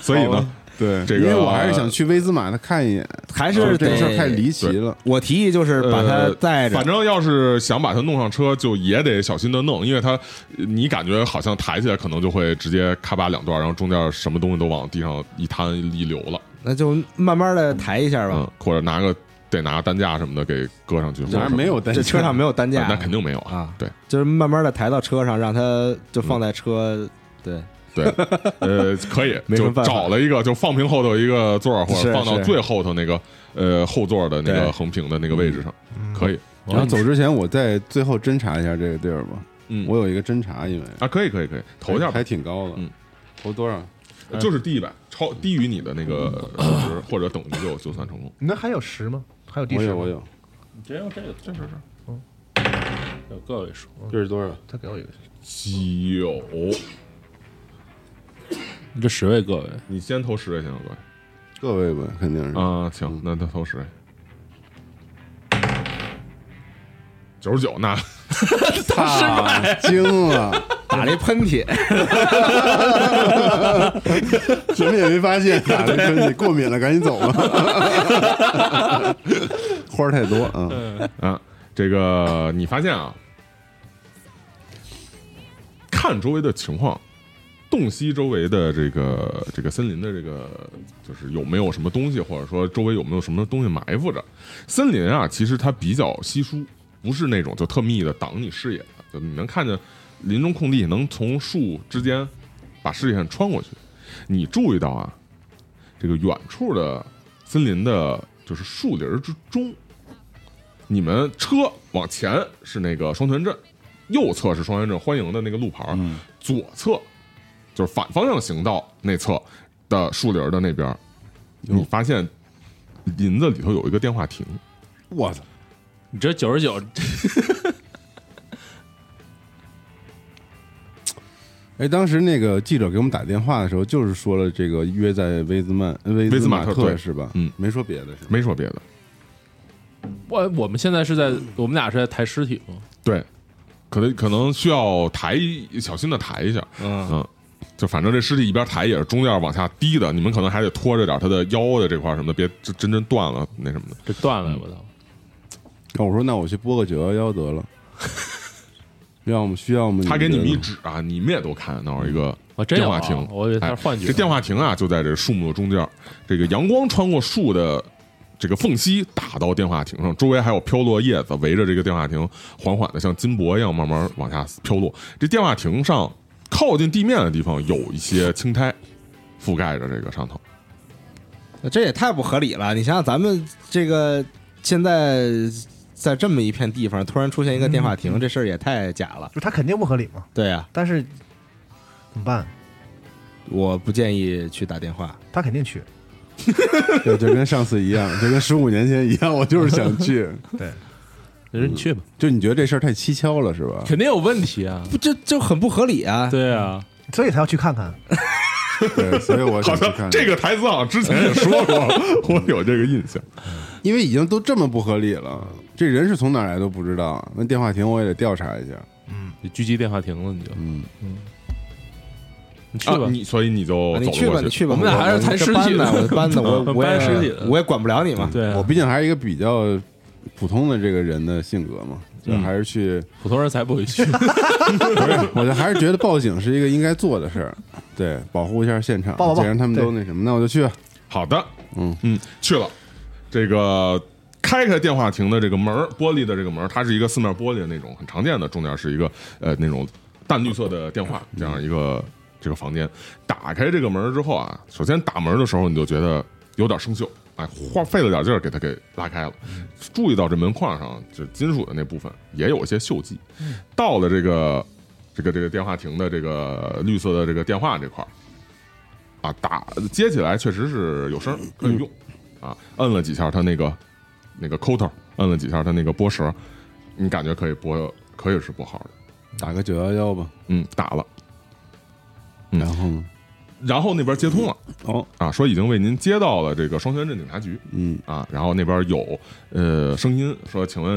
Speaker 2: 所以呢，
Speaker 3: 对，
Speaker 2: 这个
Speaker 3: 因为我还是想去威兹玛的看一眼，
Speaker 5: 还
Speaker 3: 就是哦这
Speaker 5: 得
Speaker 3: 个事儿太离奇了。
Speaker 5: 我提议就是把他
Speaker 2: 呃
Speaker 5: 带着
Speaker 2: 反，正要是想把他弄上车，就也得小心的弄，因为他你感觉好像抬起来，可能就会直接咔吧两段，然后中间什么东西都往地上一摊一流了，
Speaker 5: 那就慢慢的抬一下吧
Speaker 2: 嗯。，或者拿个得拿个担架什么的给搁上去，
Speaker 3: 哪儿没有担
Speaker 5: 这
Speaker 3: 架？
Speaker 5: 车上没有啊担
Speaker 2: 有
Speaker 5: 架，
Speaker 2: 那肯定没有
Speaker 5: 啊
Speaker 2: 对
Speaker 5: 就是慢慢的抬到车上，让他就放在车。对，
Speaker 2: 对，呃，可 以，
Speaker 5: 没什
Speaker 2: 就
Speaker 5: 么办法
Speaker 2: 找了一个，就放平后头一个座儿，或
Speaker 5: 是
Speaker 2: 者放到
Speaker 5: 是
Speaker 2: 最后头那个呃后座的那
Speaker 5: 对嗯
Speaker 2: 个横屏的那个位置上，可以
Speaker 3: 然后走之前，我再最后侦查一下这个地儿吧。
Speaker 2: 嗯
Speaker 3: 我有一个侦查，因为
Speaker 2: 啊，可以可以可以，投一下吧
Speaker 3: 还，挺高的，
Speaker 2: 嗯，
Speaker 3: 投多少？
Speaker 2: 就是第一百，超低于你的那个数值或者等于就就算成功。
Speaker 7: 你那还有十吗？还有第
Speaker 3: 我
Speaker 7: 十？
Speaker 3: 有，我。有，
Speaker 6: 你直接用这个，这是是，有个位数，
Speaker 3: 这是多少？
Speaker 7: 他给我一个，
Speaker 2: 九，
Speaker 6: 你这十位个位，
Speaker 2: 你先投十位行吗，各位？
Speaker 3: 各位吧，肯定是。
Speaker 2: 啊，行，那他投十位。九十九，那
Speaker 3: 啊，惊了，
Speaker 5: 打了一喷嚏，
Speaker 3: 什么也没发现，打了一喷嚏，过敏了，赶紧走吧。 花儿太多啊，
Speaker 2: 啊，这个你发现啊，看周围的情况，洞悉周围的这个这个森林的这个，就是有没有什么东西，或者说周围有没有什么东西埋伏着。森林啊，其实它比较稀疏，不是那种就特密的挡你视野的，就你能看见林中空地能从树之间把视线穿过去。你注意到啊，这个远处的森林的，就是树林之中，你们车往前是那个双泉镇，右侧是双泉镇欢迎的那个路牌，左侧就是反方向行道那侧的树林的那边，你发现林子里头有一个电话亭，
Speaker 3: 我操！
Speaker 6: 你这九十九，
Speaker 3: 哎，当时那个记者给我们打电话的时候，就是说了这个约在威兹曼威
Speaker 2: 威兹马
Speaker 3: 马
Speaker 2: 特对
Speaker 3: 是吧？
Speaker 2: 嗯
Speaker 3: 没说别的是吧？
Speaker 2: 没说别的。
Speaker 6: 我我们现在是在我们俩是在抬尸体吗？
Speaker 2: 对，可能可能需要抬一，小心的抬一下，嗯就反正这尸体一边抬也是中间往下滴的，你们可能还得拖着点他的腰的这块什么的，别真真真断了那什么的。
Speaker 6: 这断了，我操！
Speaker 3: 那哦我说那我去拨个九幺幺得了，要么需要吗？
Speaker 2: 他给你们一
Speaker 3: 觉得
Speaker 2: 指啊，你们也都看到一个
Speaker 6: 啊，真有啊
Speaker 2: 电话亭
Speaker 6: 我以为他
Speaker 2: 哎
Speaker 6: 是幻觉。
Speaker 2: 这电话亭啊，就在这树木的中间，这个阳光穿过树的这个缝隙打到电话亭上，周围还有飘落叶子围着这个电话亭，缓缓的像金箔一样慢慢往下飘落。这电话亭上靠近地面的地方有一些青苔覆盖着这个上头，
Speaker 5: 那这也太不合理了！你想想，咱们这个现在在这么一片地方，突然出现一个电话
Speaker 6: 嗯
Speaker 5: 亭，这事儿也太假了。
Speaker 7: 就他肯定不合理嘛。
Speaker 5: 对啊呀、
Speaker 7: 但是怎么办？
Speaker 5: 我不建议去打电话。
Speaker 7: 他肯定去，
Speaker 3: 对，就跟上次一样，就跟十五年前一样，我就是想 去。
Speaker 6: 人你去吧，
Speaker 3: 就你觉得这事儿太蹊跷了是吧？
Speaker 6: 肯定有问题啊。
Speaker 5: 不，这就很不合理啊！
Speaker 6: 对啊，
Speaker 7: 所以他要去看看。
Speaker 3: 对，所以我
Speaker 2: 好
Speaker 3: 想去看
Speaker 2: 像
Speaker 3: 看
Speaker 2: 这个台词好像之前也说过， 我有这个印象。
Speaker 3: 因为已经都这么不合理了，这人是从哪儿来都不知道，那电话亭我也得调查一下。
Speaker 6: 你狙击电话亭了，你就
Speaker 3: 嗯，
Speaker 6: 你去
Speaker 2: 啊，
Speaker 6: 吧。
Speaker 2: 你所以你就
Speaker 5: 啊
Speaker 2: 走
Speaker 5: 你
Speaker 2: 了
Speaker 5: 去吧，
Speaker 2: 过
Speaker 5: 你去吧。
Speaker 6: 我们俩还是谈
Speaker 5: 谈
Speaker 6: 尸体
Speaker 5: 的，我
Speaker 6: 的
Speaker 5: 是搬 的，我我也
Speaker 6: 搬尸体的
Speaker 5: 我也管不了你嘛。
Speaker 6: 对啊，
Speaker 3: 我毕竟还是一个比较普通的这个人的性格嘛，
Speaker 2: 嗯
Speaker 3: 就还是去，
Speaker 6: 普通人才不会去。
Speaker 3: 我就还是觉得报警是一个应该做的事儿，对，保护一下现场。
Speaker 7: 报报报
Speaker 3: 既然他们都那什么，那我就去啊吧。
Speaker 2: 好的，
Speaker 3: 嗯
Speaker 2: 嗯，去了。这个开开电话亭的这个门儿，玻璃的这个门儿，它是一个四面玻璃的那种，很常见的，中间是一个呃那种淡绿色的电话这样一个这个房间。打开这个门儿之后啊，首先打门儿的时候你就觉得有点生锈。哎，花费了点劲儿给它给拉开了，注意到这门框上，就金属的那部分也有一些锈迹。到了这个这个这个电话亭的这个绿色的这个电话这块儿，啊，打接起来确实是有声儿，可以用
Speaker 3: 嗯
Speaker 2: 啊，摁了几下它那个那个扣头，摁了几下它那个拨舌，你感觉可以拨，可以是拨号的，
Speaker 3: 打个九幺幺吧，
Speaker 2: 嗯，打了，嗯
Speaker 3: 然后呢？
Speaker 2: 然后那边接通了
Speaker 3: 哦，
Speaker 2: 啊，说已经为您接到了这个双泉镇警察局
Speaker 3: 嗯，
Speaker 2: 啊，然后那边有呃声音说，请问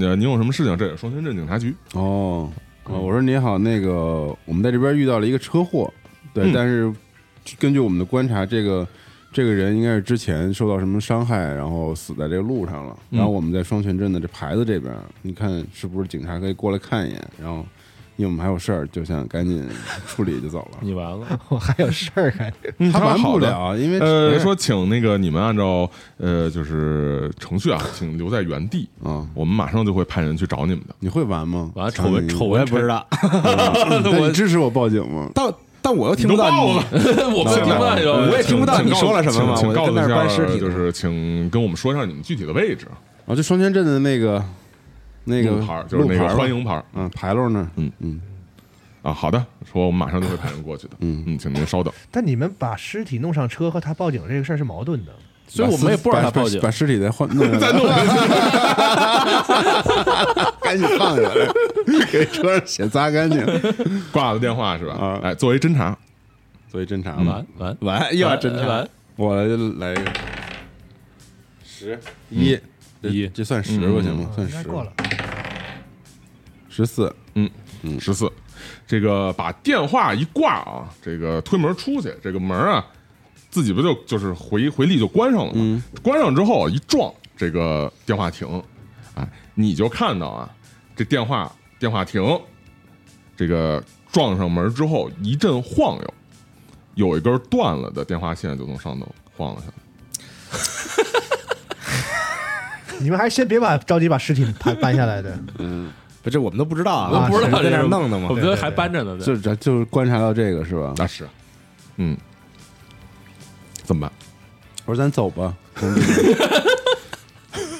Speaker 2: 呃您有什么事情？这是双泉镇警察局，
Speaker 3: 哦，呃我说你好，那个我们在这边遇到了一个车祸，对，
Speaker 2: 嗯
Speaker 3: 但是根据我们的观察，这个这个人应该是之前受到什么伤害，然后死在这个路上了。然后我们在双泉镇的这牌子这边，你看是不是警察可以过来看一眼？然后因为我们还有事儿，就想赶紧处理就走了。
Speaker 6: 你完了，
Speaker 7: 我还有事儿还
Speaker 2: 嗯
Speaker 3: 他
Speaker 2: 说
Speaker 3: 完
Speaker 2: 好
Speaker 3: 不
Speaker 2: 的
Speaker 3: 了，因为哎
Speaker 2: 呃，说请那个你们按照呃就是程序啊，请留在原地，
Speaker 3: 啊，
Speaker 2: 我们马上就会派人去找你们的。
Speaker 3: 你会玩吗？
Speaker 6: 完了
Speaker 3: 瞧
Speaker 6: 丑闻
Speaker 3: 你
Speaker 6: 丑
Speaker 5: 我也
Speaker 6: 闻
Speaker 5: 不知道，
Speaker 3: 嗯但你支持我报警吗？
Speaker 5: 但但我又听不到
Speaker 2: 你都报
Speaker 5: 你
Speaker 2: 了，
Speaker 6: 我们听不到有，
Speaker 5: 我也听不到你说了什么嘛
Speaker 2: 请
Speaker 5: 我
Speaker 2: 告
Speaker 5: 就
Speaker 2: 诉
Speaker 5: 跟那
Speaker 2: 一下，
Speaker 5: 儿搬尸体呢
Speaker 2: 就是请跟我们说一下你们具体的位置，
Speaker 3: 啊，就双泉镇的那个那个
Speaker 2: 路牌儿就是那
Speaker 3: 路牌
Speaker 2: 个
Speaker 3: 儿吧
Speaker 2: 欢迎牌儿
Speaker 3: 嗯，牌楼那儿，
Speaker 2: 嗯
Speaker 3: 嗯，
Speaker 2: 啊。好的，说我们马上就会派人过去的。
Speaker 3: 嗯
Speaker 2: 嗯，请您稍等。
Speaker 7: 但你们把尸体弄上车和他报警这个事儿是矛盾的。
Speaker 6: 所以我们也不让他
Speaker 3: 把
Speaker 6: 报警
Speaker 3: 把。把尸体再换，弄下来 赶紧放下来，给车上血擦干净，
Speaker 2: 挂了电话是吧
Speaker 3: 啊？
Speaker 2: 哎，作为侦查，
Speaker 3: 作为侦查吧
Speaker 6: 完，完
Speaker 5: 完又要侦查，
Speaker 6: 完，
Speaker 3: 我来来一个十一这
Speaker 6: 一
Speaker 3: 这算十吧，
Speaker 2: 嗯
Speaker 3: 行吗？算
Speaker 7: 应该
Speaker 3: 十，
Speaker 7: 过了，
Speaker 3: 十四，
Speaker 2: 十四，这个把电话一挂啊，这个推门出去，这个门啊，自己不就就是回回力就关上了吗？关上之后一撞这个电话亭，哎，你就看到啊，这电话电话亭，这个撞上门之后一阵晃悠，有一根断了的电话线就从上头晃了下来。
Speaker 7: 你们还先别把着急把尸体搬搬下来 的，
Speaker 5: 不， 这我们都不知道
Speaker 6: 我都
Speaker 5: 啊，
Speaker 6: 不知道
Speaker 5: 在
Speaker 6: 这
Speaker 5: 那儿
Speaker 6: 是
Speaker 5: 弄的嘛
Speaker 6: 我。们
Speaker 7: 对
Speaker 6: 都
Speaker 7: 对
Speaker 6: 还
Speaker 7: 对
Speaker 6: 搬着呢。对
Speaker 3: 就咱就是观察到这个是吧？
Speaker 2: 那是，嗯，怎么办？
Speaker 3: 我说咱走吧，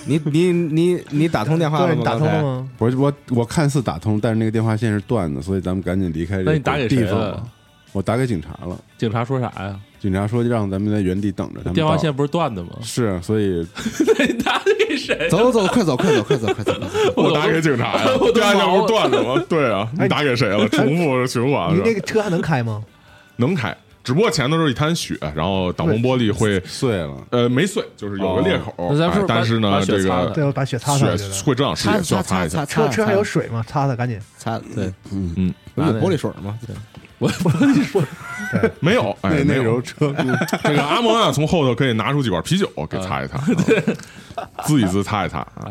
Speaker 5: 你你你你打通电话了
Speaker 7: 对，
Speaker 5: 吗？
Speaker 7: 你打通了
Speaker 5: 刚才？
Speaker 7: 吗？
Speaker 3: 我我我看似打通，但是那个电话线是断的，所以咱们赶紧离开这个
Speaker 6: 那你打给
Speaker 3: 地
Speaker 6: 谁
Speaker 3: 方
Speaker 6: 了
Speaker 3: 吧。？我打给警察了，
Speaker 6: 警察说啥呀？
Speaker 3: 警察说让咱们在原地等着。他们
Speaker 6: 电话
Speaker 3: 到？
Speaker 6: 线不是断的 吗
Speaker 3: 是，所以
Speaker 6: 那你打给谁？
Speaker 5: 走走，快走快走快走快走！
Speaker 2: 我打给警察呀
Speaker 6: 我，都
Speaker 2: 电话线不
Speaker 6: 毛了
Speaker 2: 是断了吗？对啊，你打给谁了？重复循环
Speaker 7: 哎你
Speaker 2: 是吧
Speaker 7: 那个车还能开 吗？
Speaker 2: 能开，只不过前头是一滩雪，然后挡风玻璃会
Speaker 3: 碎 了。
Speaker 2: 呃没碎，就是有个裂口。
Speaker 6: 哦那咱是
Speaker 2: 哎
Speaker 6: 不是把
Speaker 2: 但是呢
Speaker 6: 把，雪
Speaker 2: 这
Speaker 6: 擦
Speaker 2: 个
Speaker 6: 了
Speaker 7: 对，我把血擦擦。我
Speaker 2: 雪
Speaker 7: 觉得
Speaker 2: 会遮挡视野，需要擦一下。
Speaker 7: 车车还有
Speaker 5: 水
Speaker 7: 水吗？擦擦，赶紧。
Speaker 5: 擦，对，
Speaker 2: 嗯，
Speaker 5: 不是有玻璃水吗？对，
Speaker 2: 没有，哎，
Speaker 3: 那
Speaker 2: 没
Speaker 3: 那
Speaker 2: 有。
Speaker 3: 揉车，
Speaker 2: 这个阿蒙啊，从后头可以拿出几管啤酒给擦一 擦，啊滋一滋，擦一擦啊。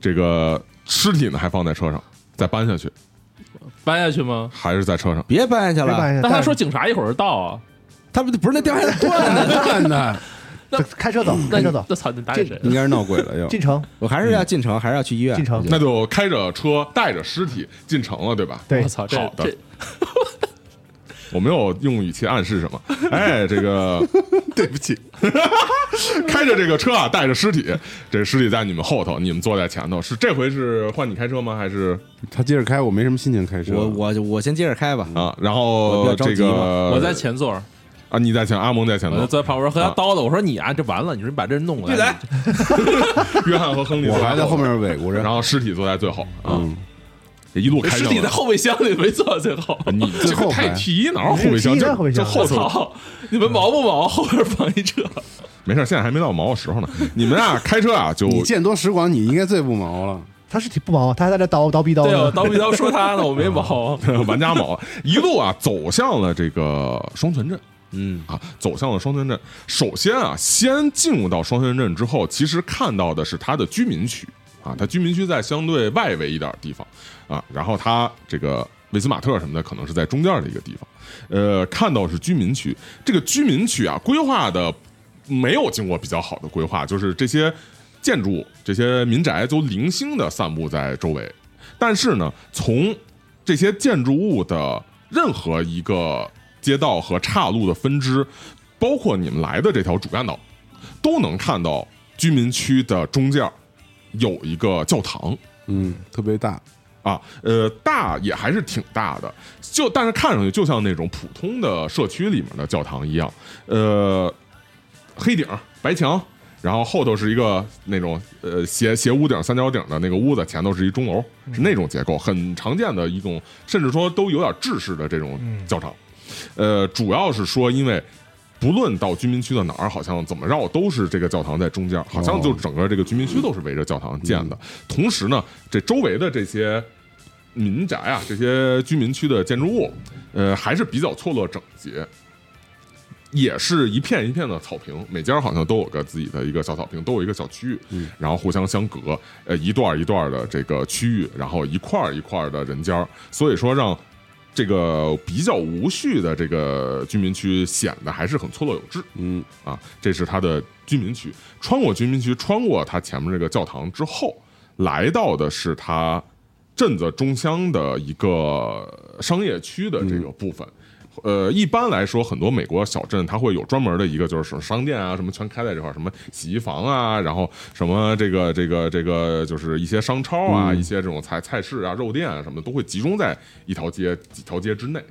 Speaker 2: 这个尸体呢还放在车上，再搬下去，
Speaker 6: 搬下去吗？
Speaker 2: 还是在车上。
Speaker 5: 别搬下去
Speaker 7: 别
Speaker 5: 了，
Speaker 7: 办一下
Speaker 6: 但他说警察一会儿到啊，
Speaker 5: 他不不是那掉下来断的，
Speaker 3: 看的，
Speaker 7: 但开车走，
Speaker 6: 那
Speaker 7: 开
Speaker 6: 你
Speaker 7: 车走，
Speaker 6: 那操，你打给谁？
Speaker 3: 应该是闹鬼了又。
Speaker 7: 进城，
Speaker 5: 我还是要进城，还是要去医院
Speaker 7: 进城
Speaker 2: 那就开着车带着尸体进城了，对吧？
Speaker 7: 对
Speaker 6: 我，操，这
Speaker 2: 好的
Speaker 6: 这
Speaker 2: 我没有用语气暗示什么。哎，这个对不起， 开着这个车啊，带着尸体，这尸体在你们后头，你们坐在前头。是这回是换你开车吗？还是
Speaker 3: 他接着开，我没什么心情开车。
Speaker 5: 我我我先接着开吧。
Speaker 2: 啊？然
Speaker 5: 我
Speaker 2: 后
Speaker 5: 比较
Speaker 2: 这
Speaker 5: 着急嘛
Speaker 2: 个
Speaker 6: 我在前座，
Speaker 2: 啊，你在前，阿蒙在前
Speaker 6: 我就
Speaker 2: 头，
Speaker 6: 在旁边和他
Speaker 2: 呃啊
Speaker 6: 叨叨，我说你啊，这完了，你说你把这弄过来，
Speaker 2: 约翰和亨利
Speaker 3: 我还在后
Speaker 2: 面，
Speaker 3: 面尾咕
Speaker 2: 然
Speaker 3: 着。
Speaker 2: 后尸体坐在最后啊，
Speaker 3: 嗯，
Speaker 2: 一路
Speaker 6: 这
Speaker 2: 开
Speaker 6: 哎尸
Speaker 2: 上
Speaker 6: 体在
Speaker 2: 来
Speaker 6: 后备箱里没坐到最后。
Speaker 2: 你这
Speaker 3: 最
Speaker 2: 个
Speaker 3: 后
Speaker 2: 太
Speaker 3: 排
Speaker 2: 皮，哪有后备箱？
Speaker 7: 你这
Speaker 2: 就
Speaker 7: 后备
Speaker 2: 就
Speaker 7: 箱
Speaker 2: 后头
Speaker 6: 操！你们毛不毛？后边放一车，
Speaker 2: 没事，现在还没到毛的时候呢。你们啊，开车啊，就
Speaker 3: 你见多识广，你应该最不毛了。
Speaker 7: 他是挺不毛，他还在这叨叨逼叨
Speaker 6: 对我
Speaker 7: 呢。
Speaker 6: 刀逼刀说他呢，我没毛。
Speaker 2: 玩家毛一路啊走向了这个双泉镇
Speaker 5: 嗯，
Speaker 2: 啊，走向了双泉镇。首先啊，先进入到双泉镇之后，其实看到的是它的居民区啊，它居民区在相对外围一点的地方啊，然后它这个维斯马特什么的可能是在中间的一个地方。呃，看到是居民区，这个居民区啊规划的没有经过比较好的规划，就是这些建筑物、这些民宅都零星的散布在周围。但是呢，从这些建筑物的任何一个街道和岔路的分支，包括你们来的这条主干道，都能看到居民区的中间儿有一个教堂。
Speaker 3: 嗯，特别大，
Speaker 2: 啊，呃，大也还是挺大的，就但是看上去就像那种普通的社区里面的教堂一样，呃，黑顶儿白墙，然后后头是一个那种呃斜斜屋顶三角顶的那个屋子，前头是一钟楼，是那种结构，很常见的一种，甚至说都有点制式的这种教堂。呃，主要是说因为。不论到居民区的哪儿，好像怎么绕都是这个教堂在中间儿，好像就整个这个居民区都是围着教堂建的。同时呢，这周围的这些民宅啊，这些居民区的建筑物，呃，还是比较错落整洁，也是一片一片的草坪，每家好像都有个自己的一个小草坪，都有一个小区域，然后互相相隔，呃，一段一段的这个区域，然后一块儿一块儿的人家儿，所以说让。这个比较无序的这个居民区显得还是很错落有致，
Speaker 3: 嗯
Speaker 2: 啊，这是它的居民区。穿过居民区，穿过它前面这个教堂之后，来到的是它镇子中央的一个商业区的这个部分。呃，一般来说，很多美国小镇它会有专门的一个，就是什么商店啊，什么全开在这块儿，什么洗衣房啊，然后什么这个这个这个，就是一些商超啊，一些这种菜菜市啊、肉店啊什么的，都会集中在一条街几条街之内。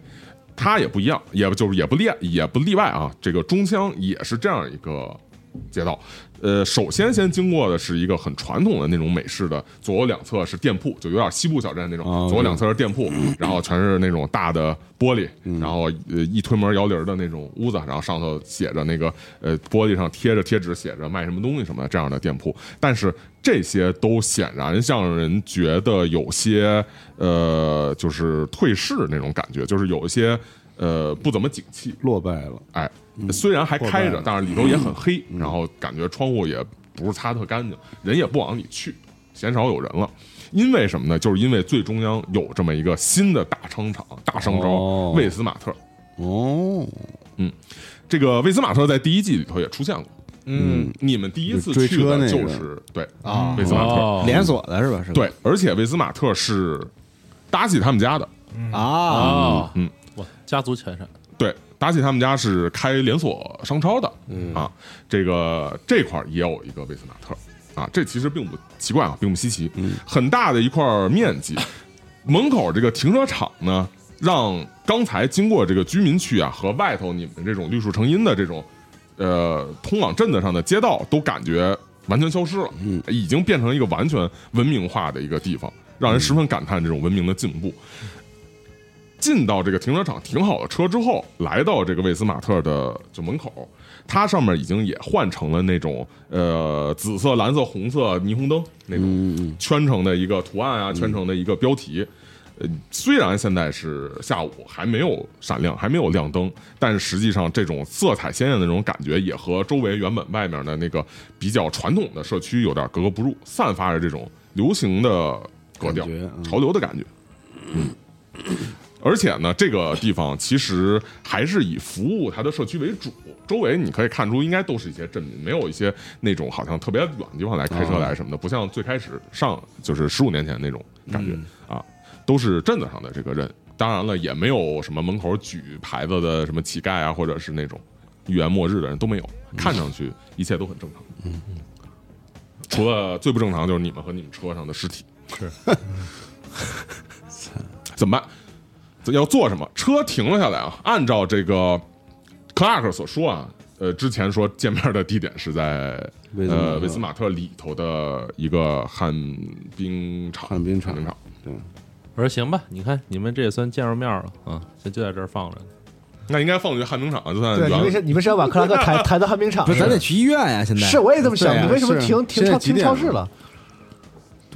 Speaker 2: 它也不一样，也就是也不例也不例外啊。这个中乡也是这样一个街道。呃，首先先经过的是一个很传统的那种美式的，左右两侧是店铺，就有点西部小镇那种，
Speaker 3: 哦
Speaker 2: 左右两侧是店铺，然后全是那种大的玻璃，然后呃一推门摇铃儿的那种屋子，然后上头写着那个呃玻璃上贴着贴纸写着卖什么东西什么的这样的店铺，但是这些都显然让人觉得有些呃就是退市那种感觉，就是有一些呃不怎么景气，
Speaker 3: 落败了。
Speaker 2: 哎，虽然还开
Speaker 3: 嗯破败
Speaker 2: 着
Speaker 3: 了，嗯
Speaker 2: 但是里头也很黑，然后感觉窗户也不是擦特干净，人也不往里去，鲜少有人了。因为什么呢？就是因为最中央有这么一个新的大商场、大商超——
Speaker 3: 哦
Speaker 2: 魏斯马特。嗯
Speaker 3: 哦，
Speaker 2: 这个魏斯马特在第一季里头也出现过。
Speaker 5: 嗯，
Speaker 2: 你们第一次
Speaker 3: 追
Speaker 2: 去的
Speaker 3: 车那个哦
Speaker 2: 就是对
Speaker 5: 啊
Speaker 6: 哦
Speaker 2: 魏斯马特，
Speaker 5: 连锁的是吧？是吧
Speaker 2: 对，而且魏斯马特是达喜他们家的，
Speaker 5: 啊，
Speaker 6: 啊，
Speaker 2: 嗯，
Speaker 6: 哇，家族财产，
Speaker 2: 对，达喜他们家是开连锁商超的，嗯啊，这个这块儿也有一个魏斯马特啊，这其实并不奇怪啊，并不稀奇，很大的一块面积，门口这个停车场呢，让刚才经过这个居民区啊和外头你们这种绿树成荫的这种，呃，通往镇子上的街道都感觉完全消失了，嗯，已经变成一个完全文明化的一个地方，让人十分感叹这种文明的进步。进到这个停车场停好了车之后，来到这个魏斯马特的就门口，它上面已经也换成了那种呃紫色、蓝色、红色霓虹灯那
Speaker 3: 嗯
Speaker 2: 种圈成的一个图案啊，圈成的一个标题。呃，虽然现在是下午，还没有闪亮，还没有亮灯，但是实际上这种色彩鲜艳的那种感觉，也和周围原本外面的那个比较传统的社区有点格格不入，散发着这种流行的格调
Speaker 3: 感觉、嗯
Speaker 2: 潮流的感觉。嗯，而且呢，这个地方其实还是以服务它的社区为主，周围你可以看出应该都是一些镇民，没有一些那种好像特别远的地方来开车来什么的，不像最开始上就是十五年前那种感觉、啊，都是镇子上的这个人。当然了，也没有什么门口举牌子的什么乞丐啊，或者是那种预言末日的人都没有，看上去一切都很正常。嗯，除了最不正常就是你们和你们车上的尸体。是， 怎么办？这要做什么？车停了下来啊！按照这个克拉克所说啊，呃，之前说见面的地点是在
Speaker 3: 威斯马
Speaker 2: 呃
Speaker 3: 特
Speaker 2: 维斯马特里头的一个旱冰场，
Speaker 3: 旱冰场
Speaker 2: 冰场。
Speaker 6: 嗯我说行吧，你看你们这也算见着面了啊，这就在这儿放着呢。
Speaker 2: 那应该放去旱冰场，就算
Speaker 7: 对，你
Speaker 2: 原
Speaker 7: 们是你们是要把克拉克抬抬到旱冰场？
Speaker 5: 不是，咱得去医院呀、现在
Speaker 7: 是，我也这么想
Speaker 3: 对。啊
Speaker 7: 你为什么
Speaker 3: 是
Speaker 7: 停停
Speaker 3: 现在
Speaker 7: 超
Speaker 3: 几
Speaker 7: 停
Speaker 3: 点
Speaker 7: 超市
Speaker 3: 了
Speaker 7: 了？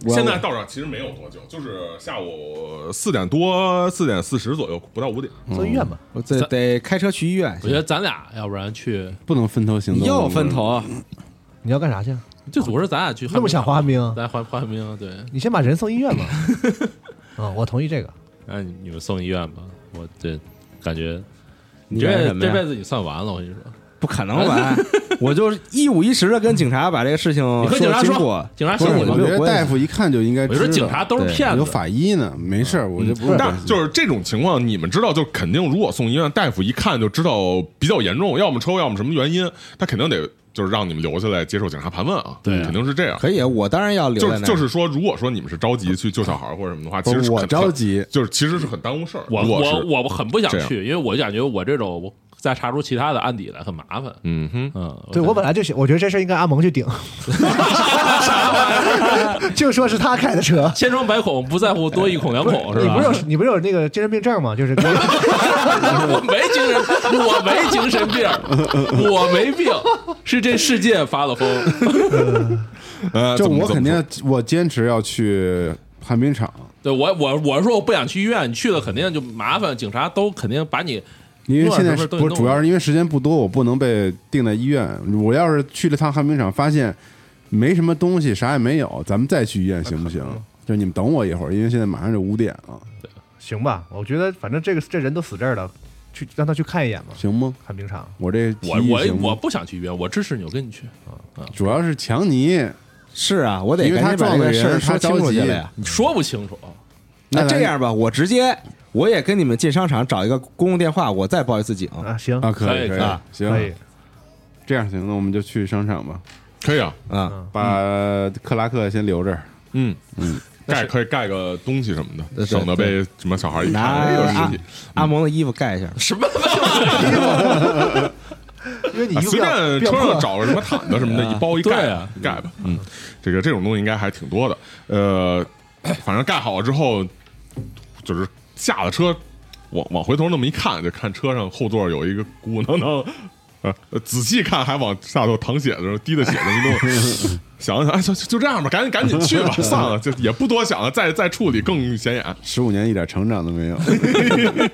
Speaker 3: 我
Speaker 2: 现在到这儿其实没有多久，就是下午四点多、四点四十左右，不到五点。
Speaker 7: 送医院吧。
Speaker 5: 我得得开车去医院
Speaker 6: 我。觉得咱俩要不然去，
Speaker 3: 不能分头行动，
Speaker 5: 又分头，
Speaker 7: 你要干啥去？啊
Speaker 6: 就我说咱俩去，
Speaker 7: 那么想滑旱冰啊？
Speaker 6: 咱滑滑冰啊，对，
Speaker 7: 你先把人送医院吧。啊，我同意这个。
Speaker 6: 那你你们送医院吧。我这感觉
Speaker 5: 你
Speaker 6: 这
Speaker 5: 干什
Speaker 6: 辈子
Speaker 5: 么
Speaker 6: 这
Speaker 5: 呀
Speaker 6: 辈子你算完了，我跟你说，
Speaker 5: 不可能完，我就是一五一十的跟警察把这个事情
Speaker 6: 你和警察
Speaker 5: 清
Speaker 6: 说
Speaker 5: 楚，。
Speaker 6: 警察
Speaker 3: 不
Speaker 6: 说
Speaker 3: 是，
Speaker 6: 你
Speaker 3: 我觉
Speaker 6: 们
Speaker 5: 没
Speaker 3: 得
Speaker 5: 有关系
Speaker 3: 大夫一看就应该知
Speaker 6: 我就
Speaker 3: 道，
Speaker 6: 说警察都是骗
Speaker 3: 有
Speaker 6: 子，
Speaker 3: 法医呢，没事儿，我
Speaker 6: 嗯
Speaker 3: 就不是
Speaker 2: 但就是这种情况，你们知道，就肯定如果送医院，大夫一看就知道比较严重，要么抽，要么什么原因，他肯定得就是让你们留下来接受警察盘问啊，
Speaker 6: 对啊
Speaker 2: 肯定是这样。
Speaker 5: 可以，我当然要留
Speaker 2: 就
Speaker 5: 在
Speaker 2: 是
Speaker 5: 那
Speaker 2: 就
Speaker 5: 儿。
Speaker 2: 是说，如果说你们是着急去救小孩或者什么的话，其实
Speaker 3: 不
Speaker 2: 是
Speaker 3: 是我
Speaker 2: 很
Speaker 3: 着，急
Speaker 2: 很，就是其实是很耽误事儿。
Speaker 6: 我
Speaker 2: 如果
Speaker 6: 我
Speaker 2: 是
Speaker 6: 我很不想
Speaker 2: 这样
Speaker 6: 去，因为我就感觉我这种我再查出其他的案底来很麻烦。
Speaker 2: 嗯哼，
Speaker 6: 嗯，
Speaker 7: 对我本来就想，我觉得这事儿应该阿蒙去顶。就说是他开的车。
Speaker 6: 千疮百孔，不在乎多一孔两孔，哦是
Speaker 7: 你
Speaker 6: 吧？
Speaker 7: 不是有你不是有那个精神病证吗？就是
Speaker 6: 我没精神，我没精神病，我没病，是这世界发了疯。啊
Speaker 2: 呃，
Speaker 3: 就
Speaker 2: 怎么
Speaker 3: 我
Speaker 2: 怎么
Speaker 3: 肯定
Speaker 2: 说
Speaker 3: 要，我坚持要去旱冰场，
Speaker 6: 对我，我我说我不想去医院，你去了肯定就麻烦，警察都肯定把你
Speaker 3: 因为现在
Speaker 6: 不是
Speaker 3: 是
Speaker 6: 都
Speaker 3: 不是
Speaker 6: 弄
Speaker 3: 主要是因为时间不多，我不能被定在医院。我要是去了趟旱冰场，发现没什么东西，啥也没有，咱们再去医院行不行？就是你们等我一会儿，因为现在马上就五点了，
Speaker 7: 行吧，我觉得反正这个这人都死这儿了，去让他去看一眼嘛，
Speaker 3: 行吗？
Speaker 7: 看冰场。
Speaker 3: 我这
Speaker 6: 我
Speaker 3: 提议
Speaker 6: 我
Speaker 3: 行吗
Speaker 6: 我不想去医院，我支持你，我跟你去。
Speaker 3: 主要是强尼，
Speaker 5: 是啊，我得
Speaker 3: 因为他
Speaker 5: 赶紧把这
Speaker 3: 撞了
Speaker 5: 个事儿
Speaker 3: 人
Speaker 5: 说
Speaker 3: 他
Speaker 5: 清楚
Speaker 3: 着急
Speaker 5: 去了呀。
Speaker 6: 你说不清楚，
Speaker 3: 那
Speaker 5: 那
Speaker 3: 咱
Speaker 5: 这样吧，我直接我也跟你们进商场找一个公共电话，我再报一次警。
Speaker 7: 啊，行，
Speaker 3: 啊，可以
Speaker 6: 可以
Speaker 3: 以
Speaker 6: 啊，
Speaker 7: 可
Speaker 3: 行
Speaker 7: 以，，
Speaker 3: 这样行，那我们就去商场吧，
Speaker 2: 可以啊，
Speaker 5: 啊，
Speaker 3: 把克拉克先留这儿。
Speaker 2: 嗯嗯，盖可以盖个东西什么的，
Speaker 5: 对
Speaker 2: 省得
Speaker 5: 对啊
Speaker 2: 被什么小孩一看
Speaker 5: 拿
Speaker 2: 哎有尸
Speaker 5: 阿
Speaker 2: 体，
Speaker 5: 阿蒙的衣服盖一下。
Speaker 6: 什么？
Speaker 7: 因为你
Speaker 2: 啊
Speaker 7: 衣服比
Speaker 2: 随
Speaker 7: 较
Speaker 2: 便
Speaker 7: 比
Speaker 2: 车
Speaker 7: 较
Speaker 2: 上
Speaker 7: 破
Speaker 2: 找个什么毯子什么的，一包一盖
Speaker 6: 对啊
Speaker 2: 盖吧。嗯，这个这种东西应该还挺多的。呃，反正盖好了之后，就是下了车，往往回头那么一看，就看车上后座有一个鼓囊囊。呃，仔细看还往下头淌血的时候滴的血这么一弄，想了想，哎，就就这样吧，赶紧赶紧去吧，算了，就也不多想了，再再处理更显眼。
Speaker 3: 十五年一点成长都没有，
Speaker 6: 哎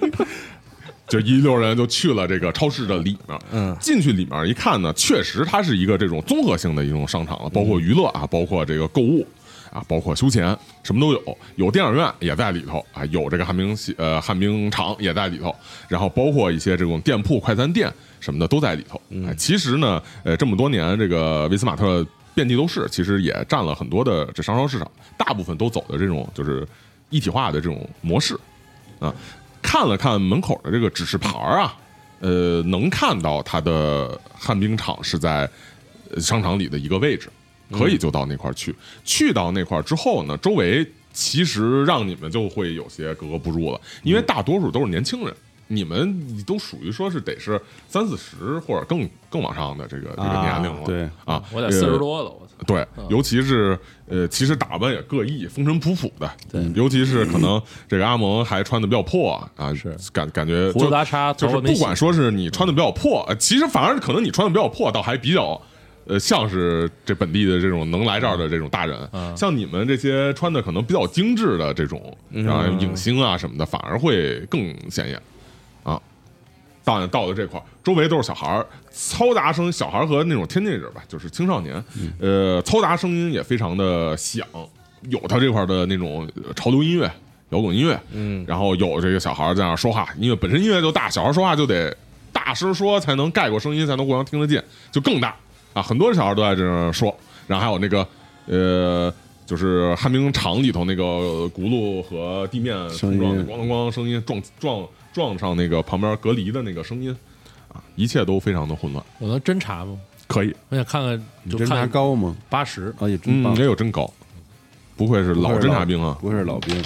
Speaker 2: 就一溜人就去了这个超市的里面，
Speaker 5: 嗯
Speaker 2: 进去里面一看呢，确实它是一个这种综合性的一种商场了，包括娱乐啊，包括这个购物啊，包括休闲，什么都有，啊有电影院也在里头啊，有这个旱冰系呃旱冰场也在里头，然后包括一些这种店铺、快餐店什么的都在里头。哎，其实呢，呃，这么多年这个维斯马特遍地都是，其实也占了很多的这商超市场，大部分都走的这种就是一体化的这种模式。啊，看了看门口的这个指示牌儿啊，呃，能看到它的旱冰场是在呃商场里的一个位置，可以就到那块儿去。去到那块儿之后呢，周围其实让你们就会有些格格不入了，因为大多数都是年轻人。你们都属于说是得是三四十或者更更往上的这个这个年龄了，
Speaker 3: 对
Speaker 2: 啊，
Speaker 6: 我得四十
Speaker 2: 呃
Speaker 6: 多了，我操！
Speaker 2: 对，尤其是呃，其实打扮也各异，风尘仆仆的。对，尤其是可能这个阿蒙还穿的比较破啊，是感感觉
Speaker 6: 胡子
Speaker 2: 就
Speaker 6: 拉碴，
Speaker 2: 就
Speaker 6: 头
Speaker 2: 是
Speaker 6: 发没
Speaker 2: 不
Speaker 6: 洗
Speaker 2: 管说是你穿的比较破，呃其实反而可能你穿的比较破，倒还比较。呃，像是这本地的这种能来这儿的这种大人，像你们这些穿的可能比较精致的这种啊影星啊什么的，反而会更显眼啊。到到了这块儿，周围都是小孩儿，嘈杂声，小孩儿和那种 teenager 吧，就是青少年，呃，嘈杂声音也非常的响，有他这块儿的那种呃潮流音乐摇滚音乐，
Speaker 5: 嗯，
Speaker 2: 然后有这个小孩儿在那儿说话，因为本身音乐就大，小孩儿说话就得大声说，才能盖过声音，才能互相听得见，就更大啊！很多小孩儿都在这儿说，然后还有那个呃，就是旱冰场里头那个轱辘和地面
Speaker 3: 声
Speaker 2: 碰撞，
Speaker 3: 音
Speaker 2: 咣当咣当声音撞撞撞上那个旁边隔离的那个声音啊，一切都非常的混乱。
Speaker 6: 我能侦查吗？
Speaker 2: 可以，
Speaker 6: 我想看看，
Speaker 3: 你
Speaker 6: 就
Speaker 3: 侦查
Speaker 6: 看
Speaker 3: 高吗？
Speaker 6: 八十，
Speaker 3: 啊，也真
Speaker 2: 嗯
Speaker 3: 棒，，
Speaker 2: 哎呦，真高，不愧是老侦察兵啊！
Speaker 3: 不愧是老兵，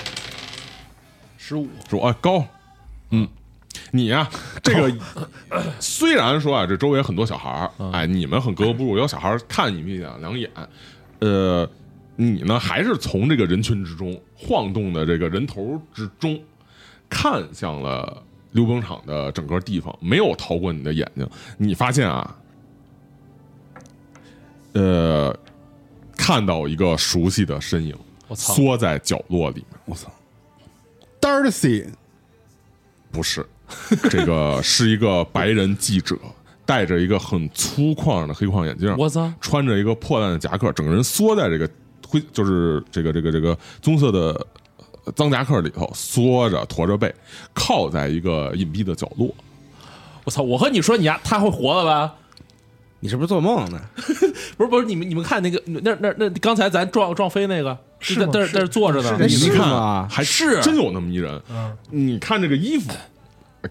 Speaker 6: 十五，
Speaker 2: 说哎高，嗯，你呀、这个虽然说啊，这周围很多小孩儿，
Speaker 6: 嗯
Speaker 2: 哎，你们很格格不入，有小孩儿看你们一两两眼，呃，你呢还是从这个人群之中晃动的这个人头之中看向了溜冰场的整个地方，没有逃过你的眼睛。你发现啊，呃，看到一个熟悉的身影
Speaker 6: 我操，
Speaker 2: 缩在角落里面，
Speaker 3: 我操，Darcy，
Speaker 2: 不是， 这个是一个白人记者，戴着一个很粗框的黑框眼镜，
Speaker 6: 我操，
Speaker 2: 穿着一个破烂的夹克，整个人缩在这个灰，就是这个这个这个棕色的呃脏夹克里头，缩着驼着背，靠在一个隐蔽的角落。
Speaker 6: 我操！我和你说，你呀，他会活了吧？
Speaker 5: 你是不是做梦呢？
Speaker 6: 不是不是，你们你们看那个那那那刚才咱撞撞飞那个，
Speaker 7: 是吗
Speaker 6: 在在
Speaker 7: 是
Speaker 6: 在这坐着呢，
Speaker 2: 你看
Speaker 5: 吗？
Speaker 2: 还
Speaker 6: 是啊
Speaker 2: 真有那么一人。
Speaker 7: 嗯
Speaker 2: 你看这个衣服，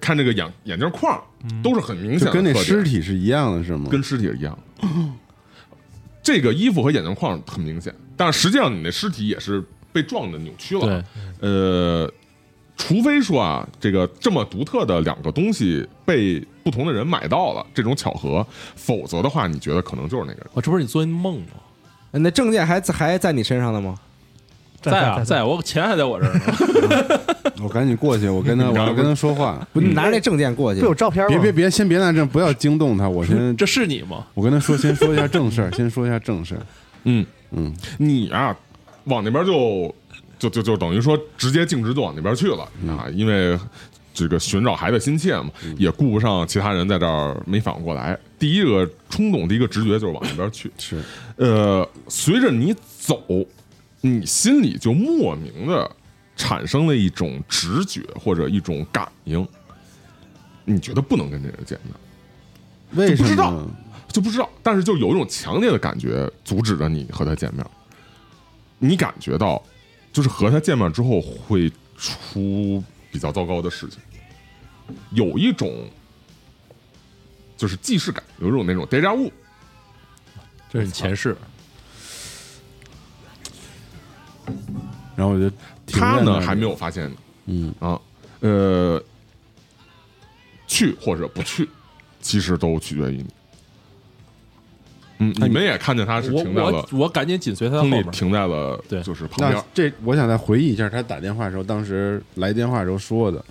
Speaker 2: 看这个眼眼镜框，
Speaker 6: 嗯
Speaker 2: 都是很明显
Speaker 3: 就
Speaker 2: 的，
Speaker 3: 跟那尸。体是一样的，是吗？
Speaker 2: 跟尸体是一样 的。这个衣服和眼镜框很明显，但实际上你那尸体也是被撞的扭曲了。
Speaker 6: 对，
Speaker 2: 呃，除非说啊，这个这么独特的两个东西被不同的人买到了，这种巧合，否则的话，你觉得可能就是那个人。
Speaker 6: 哦我这不是你做一梦吗？
Speaker 5: 那证件还在还在你身上呢吗？
Speaker 6: 在
Speaker 7: 在
Speaker 6: 啊，
Speaker 7: 在
Speaker 6: 在我钱还在我这儿呢。
Speaker 3: 我赶紧过去，我跟他，我要跟他说话。
Speaker 5: 不，你拿着那证件过去
Speaker 7: 不。有照片吗？
Speaker 3: 别别别，先别拿证，不要惊动他。我先，
Speaker 6: 这是你吗？
Speaker 3: 我跟他说，先说一下正事儿，先说一下正 事儿。
Speaker 2: 嗯，
Speaker 3: 嗯，
Speaker 2: 你啊，往那边就就就就等于说直接径直就往那边去了、
Speaker 3: 嗯
Speaker 2: 啊，因为这个寻找孩子心切嘛，也顾不上其他人在这儿没反应过来。第一个冲动，第一个直觉就是往那边去。
Speaker 3: 是
Speaker 2: 呃，随着你走，你心里就莫名的产生了一种直觉或者一种感应，你觉得不能跟这人见面，
Speaker 3: 为什
Speaker 2: 不知道
Speaker 3: 么？
Speaker 2: 就不知道，但是就有一种强烈的感觉阻止着你和他见面。你感觉到，就是和他见面之后会出比较糟糕的事情，有一种就是既视感，有一种那种 deja vu，
Speaker 6: 这是你前世，
Speaker 3: 然后我就停在
Speaker 2: 他
Speaker 3: 那
Speaker 2: 呢
Speaker 3: 儿
Speaker 2: 还没有发现你，
Speaker 3: 嗯
Speaker 2: 啊，呃，去或者不去，其实都取决于你。嗯，你们也看见他是
Speaker 6: 我
Speaker 2: 停在了
Speaker 6: 我我赶紧紧随他的后
Speaker 2: 亨利
Speaker 6: 面，
Speaker 2: 停在了，
Speaker 6: 对
Speaker 2: 就是旁边
Speaker 3: 那。这，我想再回忆一下他打电话的时候，当时来电话的时候说的。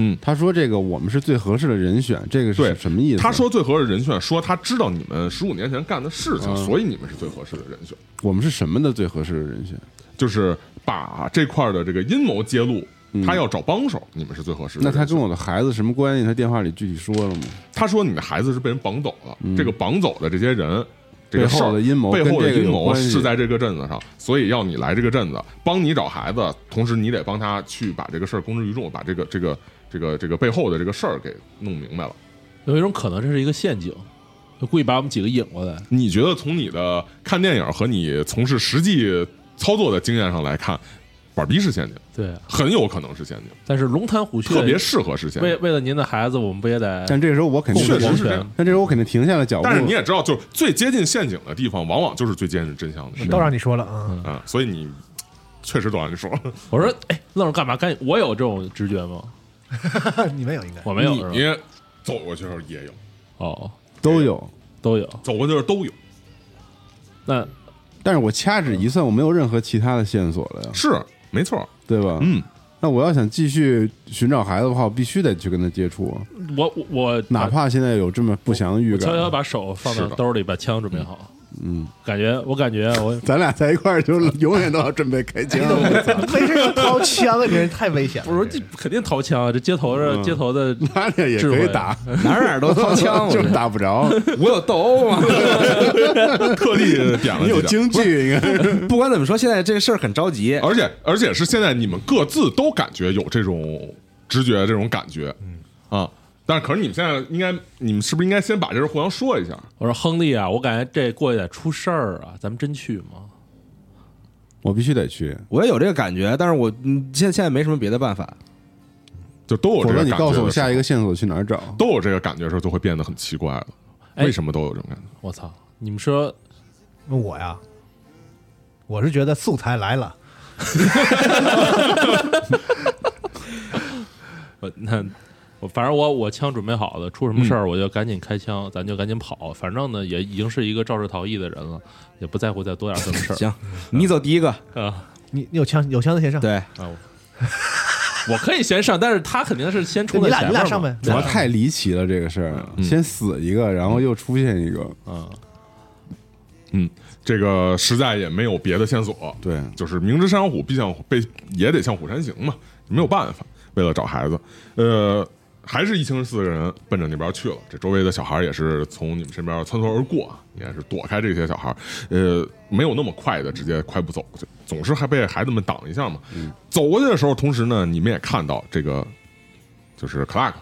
Speaker 2: 嗯，
Speaker 3: 他说这个我们是最合适的人选，这个
Speaker 2: 对
Speaker 3: 是什么意思？
Speaker 2: 他说最合适的人选，说他知道你们十五年前干的事情，
Speaker 3: 嗯
Speaker 2: 所以你们是最合适的人选，
Speaker 3: 我们是什么的最合适的人选？
Speaker 2: 就是把这块的这个阴谋揭露。
Speaker 3: 嗯
Speaker 2: 他要找帮手，你们是最合适的
Speaker 3: 那
Speaker 2: 人选。
Speaker 3: 他跟我的孩子什么关系？他电话里具体说了吗？
Speaker 2: 他说你的孩子是被人绑走了，这个绑走的这些人，这
Speaker 3: 嗯背
Speaker 2: 个事
Speaker 3: 后
Speaker 2: 儿
Speaker 3: 的阴谋，
Speaker 2: 背后的
Speaker 3: 跟这个
Speaker 2: 阴
Speaker 3: 有
Speaker 2: 谋
Speaker 3: 关系
Speaker 2: 是在这个镇子上，所以要你来这个镇子帮你找孩子，同时你得帮他去把这个事儿公之于众，把这个这个这个这个背后的这个事儿给弄明白了。
Speaker 6: 有一种可能这是一个陷阱，就故意把我们几个引过来。
Speaker 2: 你觉得从你的看电影和你从事实际操作的经验上来看，板逼是陷阱，
Speaker 6: 对，
Speaker 2: 很有可能是陷阱，
Speaker 6: 但是龙潭虎穴
Speaker 2: 特别适合是陷
Speaker 6: 为
Speaker 2: 阱。
Speaker 6: 为了您的孩子，我们不也得
Speaker 3: 但这个时候我肯定
Speaker 6: 共
Speaker 2: 确
Speaker 6: 同
Speaker 2: 实是
Speaker 6: 保
Speaker 2: 这
Speaker 6: 全
Speaker 2: 样？
Speaker 3: 但这时候我肯定停下了脚步。
Speaker 2: 但是你也知道，就是最接近陷阱的地方，往往就是最接近真相的地
Speaker 7: 都
Speaker 2: 方。
Speaker 7: 让你说了啊，嗯
Speaker 2: 嗯，所以你确实都让你说了。
Speaker 6: 我说，哎，愣是干嘛？干我有这种直觉吗？
Speaker 7: 你们有应该
Speaker 6: 我没有，
Speaker 2: 你
Speaker 6: 是吧
Speaker 2: 也走过去的时候也有，
Speaker 6: 哦，
Speaker 3: 都有，
Speaker 6: 都有。
Speaker 2: 走过去的时候都有。
Speaker 6: 那
Speaker 3: 但是我掐指一算，我没有任何其他的线索了呀，
Speaker 2: 是没错，
Speaker 3: 对吧？
Speaker 2: 嗯，
Speaker 3: 那我要想继续寻找孩子的话，我必须得去跟他接触啊，
Speaker 6: 我我我
Speaker 3: 哪怕现在有这么不祥的预
Speaker 6: 我悄悄
Speaker 3: 感。啊
Speaker 6: 把手放
Speaker 2: 是
Speaker 6: 到
Speaker 2: 的
Speaker 6: 兜里，把枪准备好。
Speaker 3: 嗯，
Speaker 6: 感觉我感觉 我
Speaker 3: 咱俩在一块儿就永远都要准备开枪。
Speaker 7: 没事就掏枪啊，你这人太危险了。
Speaker 6: 不是这肯定掏枪啊，这街头上、
Speaker 3: 嗯
Speaker 6: 街头的
Speaker 3: 妈的也可以打，
Speaker 5: 哪儿哪啊儿都掏 枪，我觉
Speaker 3: 就是
Speaker 5: 得
Speaker 3: 打不着。
Speaker 5: 我有斗殴吗？
Speaker 2: 特地点了
Speaker 3: 你有
Speaker 2: 几张。
Speaker 3: 京剧应该是
Speaker 5: 不管怎么说，现在这个事儿很着急。
Speaker 2: 而且而且是现在你们各自都感觉有这种直觉，这种感觉，啊，但是可是你们现在应该，你们是不是应该先把这事儿互相说一下？
Speaker 6: 我说亨利啊，我感觉这过去得出事儿啊，咱们真去吗？
Speaker 3: 我必须得去，
Speaker 5: 我也有这个感觉，但是我嗯现现在没什么别的办法。
Speaker 2: 就都有
Speaker 3: 否
Speaker 2: 这
Speaker 3: 则
Speaker 2: 个
Speaker 3: 你
Speaker 2: 感觉
Speaker 3: 告
Speaker 2: 的时
Speaker 3: 诉
Speaker 2: 候
Speaker 3: 我下一个线索去哪儿找。
Speaker 2: 都有这个感觉的时候，就会变得很奇怪了。
Speaker 6: 哎
Speaker 2: 为什么都有这种感觉？
Speaker 6: 我操！你们说
Speaker 7: 问我呀，我是觉得素材来了，
Speaker 6: 我那我反正我我枪准备好了，出什么事儿
Speaker 7: 嗯
Speaker 6: 我就赶紧开枪，咱就赶紧跑。反正呢也已经是一个肇事逃逸的人了，也不在乎再多点什么事儿
Speaker 5: 行，
Speaker 3: 嗯
Speaker 5: 你走第一个，
Speaker 6: 啊。
Speaker 7: 你你有枪有枪的先上，
Speaker 5: 对，
Speaker 6: 我可以先上，但是他肯定是先
Speaker 7: 对啊
Speaker 6: 冲
Speaker 7: 你
Speaker 6: 在
Speaker 7: 俩
Speaker 6: 前
Speaker 7: 你
Speaker 6: 面
Speaker 7: 俩
Speaker 6: 嘛
Speaker 7: 上呗。
Speaker 3: 主要太离奇了这个事儿，啊先死一个，然后又出现一个，
Speaker 6: 嗯，
Speaker 2: 嗯，这个实在也没有别的线索，
Speaker 3: 对，
Speaker 2: 就是明知山有虎，必向虎被也得向虎山行嘛，没有办法。为了找孩子，呃，还是一行四个人奔着那边去了。这周围的小孩也是从你们身边穿梭而过，啊也是躲开这些小孩，呃，没有那么快的直接快步走过去，总是还被孩子们挡一下嘛。走过去的时候，同时呢，你们也看到这个就是 Clark，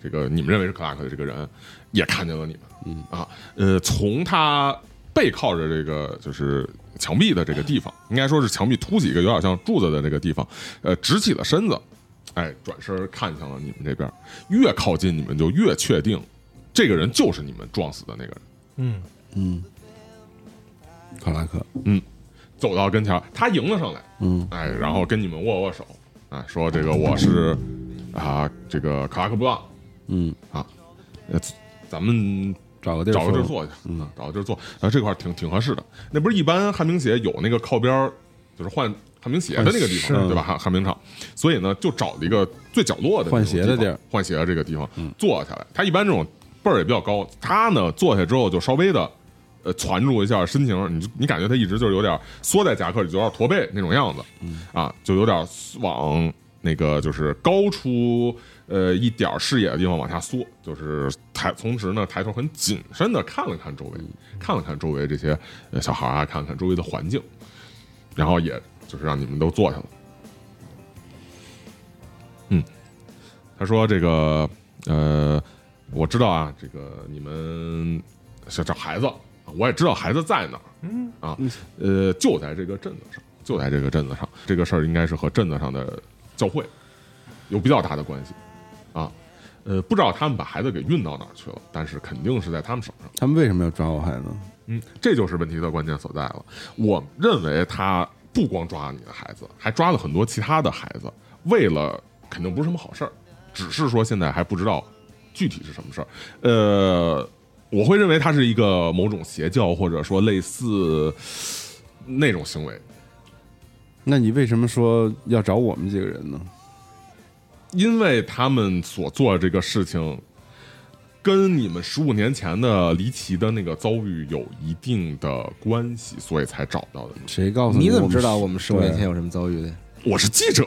Speaker 2: 这个你们认为是 Clark 的这个人也看见了你们，嗯啊，呃，从他背靠着这个就是墙壁的这个地方，应该说是墙壁凸起一个有点像柱子的这个地方，呃，直起了身子，哎，转身看向了你们这边，越靠近你们就越确定，这个人就是你们撞死的那个人。
Speaker 7: 嗯，
Speaker 3: 克拉克，
Speaker 2: 走到跟前儿，他迎了上来，
Speaker 3: 嗯，
Speaker 2: 哎，然后跟你们握握手，啊，说这个我是啊，这个克拉克布朗，
Speaker 3: 嗯
Speaker 2: 啊，呃，咱们
Speaker 3: 找个地儿
Speaker 2: 找个地儿
Speaker 3: 坐，
Speaker 2: 坐去，嗯，找个地儿坐，啊，这块儿挺挺合适的。那不是一般旱冰鞋有那个靠边儿，就是换旱冰鞋的那个地
Speaker 3: 换
Speaker 2: 方，
Speaker 3: 鞋
Speaker 2: 对吧？旱旱冰场，所以呢，就找了一个最角落的
Speaker 3: 换鞋的地儿
Speaker 2: 儿，换鞋的这个地方坐下来。他一般这种辈儿也比较高，他呢坐下之后就稍微的。呃，攒住一下身形，你就你感觉他一直就是有点缩在夹克里，就有点驼背那种样子，
Speaker 3: 嗯
Speaker 2: 啊，就有点往那个就是高出呃一点儿视野的地方往下缩，就是抬，同时呢抬头很谨慎的看了看周围，
Speaker 3: 嗯
Speaker 2: 看了看周围这些呃小孩儿啊，看了看周围的环境，然后也就是让你们都坐下了。嗯，他说这个呃，我知道啊，这个你们想找孩子，我也知道孩子在哪儿，嗯啊，呃，就在这个镇子上，就在这个镇子上，这个事儿应该是和镇子上的教会有比较大的关系啊。呃，不知道他们把孩子给运到哪儿去了，但是肯定是在他们手上。
Speaker 3: 他们为什么要抓我孩子？
Speaker 2: 嗯，这就是问题的关键所在了。我认为他不光抓了你的孩子，还抓了很多其他的孩子，为了肯定不是什么好事儿，只是说现在还不知道具体是什么事儿。呃，我会认为他是一个某种邪教，或者说类似那种行为，
Speaker 3: 那你为什么说要找我们几个人呢？
Speaker 2: 因为他们所做这个事情。跟你们十五年前的离奇的那个遭遇有一定的关系，所以才找到的你。
Speaker 3: 谁告诉
Speaker 5: 你
Speaker 3: 嗯我
Speaker 5: 怎么
Speaker 3: 们
Speaker 5: 知道
Speaker 3: 是
Speaker 5: 我们十五年
Speaker 3: 对
Speaker 5: 前有什么遭遇的？
Speaker 2: 我是记者，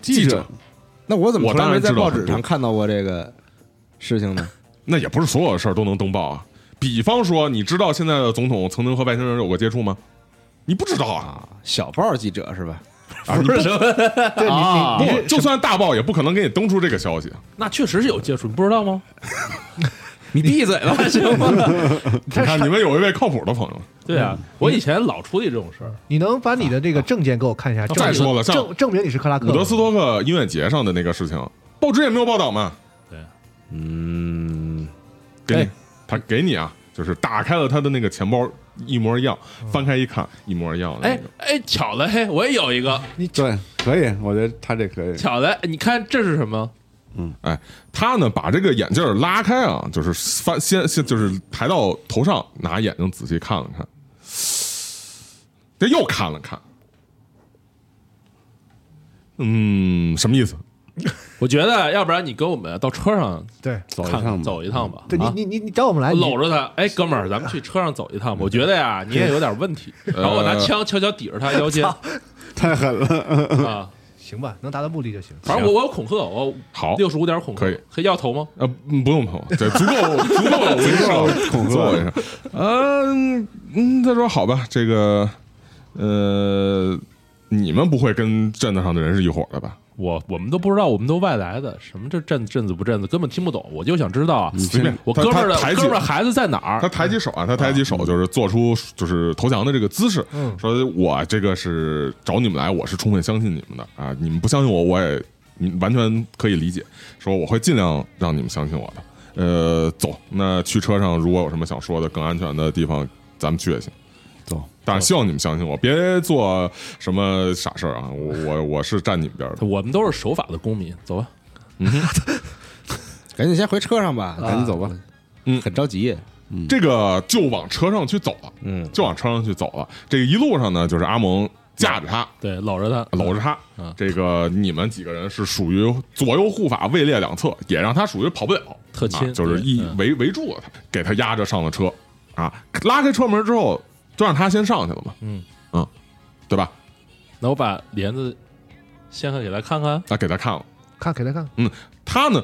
Speaker 3: 记者？
Speaker 5: 那我怎么
Speaker 2: 我
Speaker 5: 从
Speaker 2: 当
Speaker 5: 来没
Speaker 2: 然
Speaker 5: 在
Speaker 2: 知道
Speaker 5: 报
Speaker 2: 很
Speaker 5: 纸
Speaker 2: 多
Speaker 5: 上看到过这个事情呢？
Speaker 2: 那也不是所有的事儿都能登报啊。比方说，你知道现在的总统曾经和外星人有过接触吗？你不知道啊，
Speaker 5: 啊， 小报记者是吧？
Speaker 2: 啊你不
Speaker 7: 对你你
Speaker 2: 不，就算大报也不可能给你登出这个消息。
Speaker 6: 那确实是有接触，你不知道 吗？
Speaker 5: 你闭嘴吧，行吗？
Speaker 2: 你看，你们有一位靠谱的朋友，
Speaker 6: 对啊，
Speaker 7: 嗯
Speaker 6: 我以前老处理这种事儿。
Speaker 7: 你能把你的这个证件给我看一下？证
Speaker 2: 再说了像
Speaker 7: 证证明你是克拉克
Speaker 2: 伍
Speaker 7: 吗。
Speaker 2: 德斯托克音乐节上的那个事情，报纸也没有报道嘛。
Speaker 6: 对，
Speaker 2: 嗯，给你
Speaker 6: 哎，
Speaker 2: 他给你啊，就是打开了他的那个钱包，一模一样，翻开一看，一模一样的那
Speaker 6: 哎
Speaker 2: 个。
Speaker 6: 哎，巧了，嘿，我也有一个，
Speaker 3: 对，可以，我觉得他这可以。
Speaker 6: 巧了，你看这是什么？
Speaker 2: 哎，他呢把这个眼镜儿拉开啊，就是翻先先就是抬到头上，拿眼睛仔细看了看，这又看了看，嗯，什么意思？
Speaker 6: 我觉得要不然你跟我们到车上
Speaker 7: 对，
Speaker 3: 走一
Speaker 6: 看
Speaker 3: 趟吧
Speaker 6: 走一趟吧。
Speaker 7: 对你
Speaker 6: 啊
Speaker 7: 你你你找我们来，你
Speaker 6: 搂着他，哎，哥们儿，咱们去车上走一趟吧。我觉得呀，你也有点问 题。然后我拿枪悄悄抵着他腰间
Speaker 3: 太狠了，
Speaker 6: 啊，
Speaker 7: 行吧，能达到目的就行。
Speaker 6: 反正我我有恐吓，我
Speaker 2: 好，
Speaker 6: 六十五点恐吓，
Speaker 2: 可以
Speaker 6: 要头吗？
Speaker 2: 呃，嗯不用碰，对，足够足够有威慑，恐吓我一下。嗯嗯，他说好吧，这个呃，你们不会跟镇子上的人是一伙的吧？
Speaker 6: 我我们都不知道，我们都外来的，什么这镇镇子不镇子，根本听不懂。我就想知道啊，
Speaker 2: 随便
Speaker 6: 我
Speaker 2: 他
Speaker 6: 哥们儿的
Speaker 2: 他抬起
Speaker 6: 哥们儿孩子在哪
Speaker 2: 他
Speaker 6: 儿？
Speaker 2: 抬起手啊，他抬起手就是做出就是投降的这个姿势，说我啊这个是找你们来，我是充分相信你们的啊，你们不相信我，我也你完全可以理解，说我会尽量让你们相信我的。呃，走，那去车上如果有什么想说的更安全的地方，咱们去也行。
Speaker 3: 走，
Speaker 2: 但是希望你们相信我，别做什么傻事儿啊！我我我是站你们边儿的。
Speaker 6: 我们都是守法的公民，走吧。
Speaker 5: 赶紧先回车上吧，啊
Speaker 3: 赶哎紧走吧。
Speaker 2: 嗯
Speaker 5: 很着急。
Speaker 2: 这个就往车上去走了，
Speaker 5: 嗯，
Speaker 2: 就往车上去走了。这个一路上呢，就是阿蒙架着他，
Speaker 6: 对，搂着他，
Speaker 2: 搂着他
Speaker 6: 嗯。
Speaker 2: 这个你们几个人是属于左右护法，位列两侧，也让他属于跑不了，
Speaker 6: 特亲
Speaker 2: 啊就是一
Speaker 6: 嗯
Speaker 2: 围围住了他，给他压着上了车啊。拉开车门之后，就让他先上去了嘛，
Speaker 6: 嗯
Speaker 2: 嗯，对吧？
Speaker 6: 那我把帘子掀开给他看看。
Speaker 2: 啊，给他看了。嗯
Speaker 7: 看给他看，
Speaker 2: 他呢，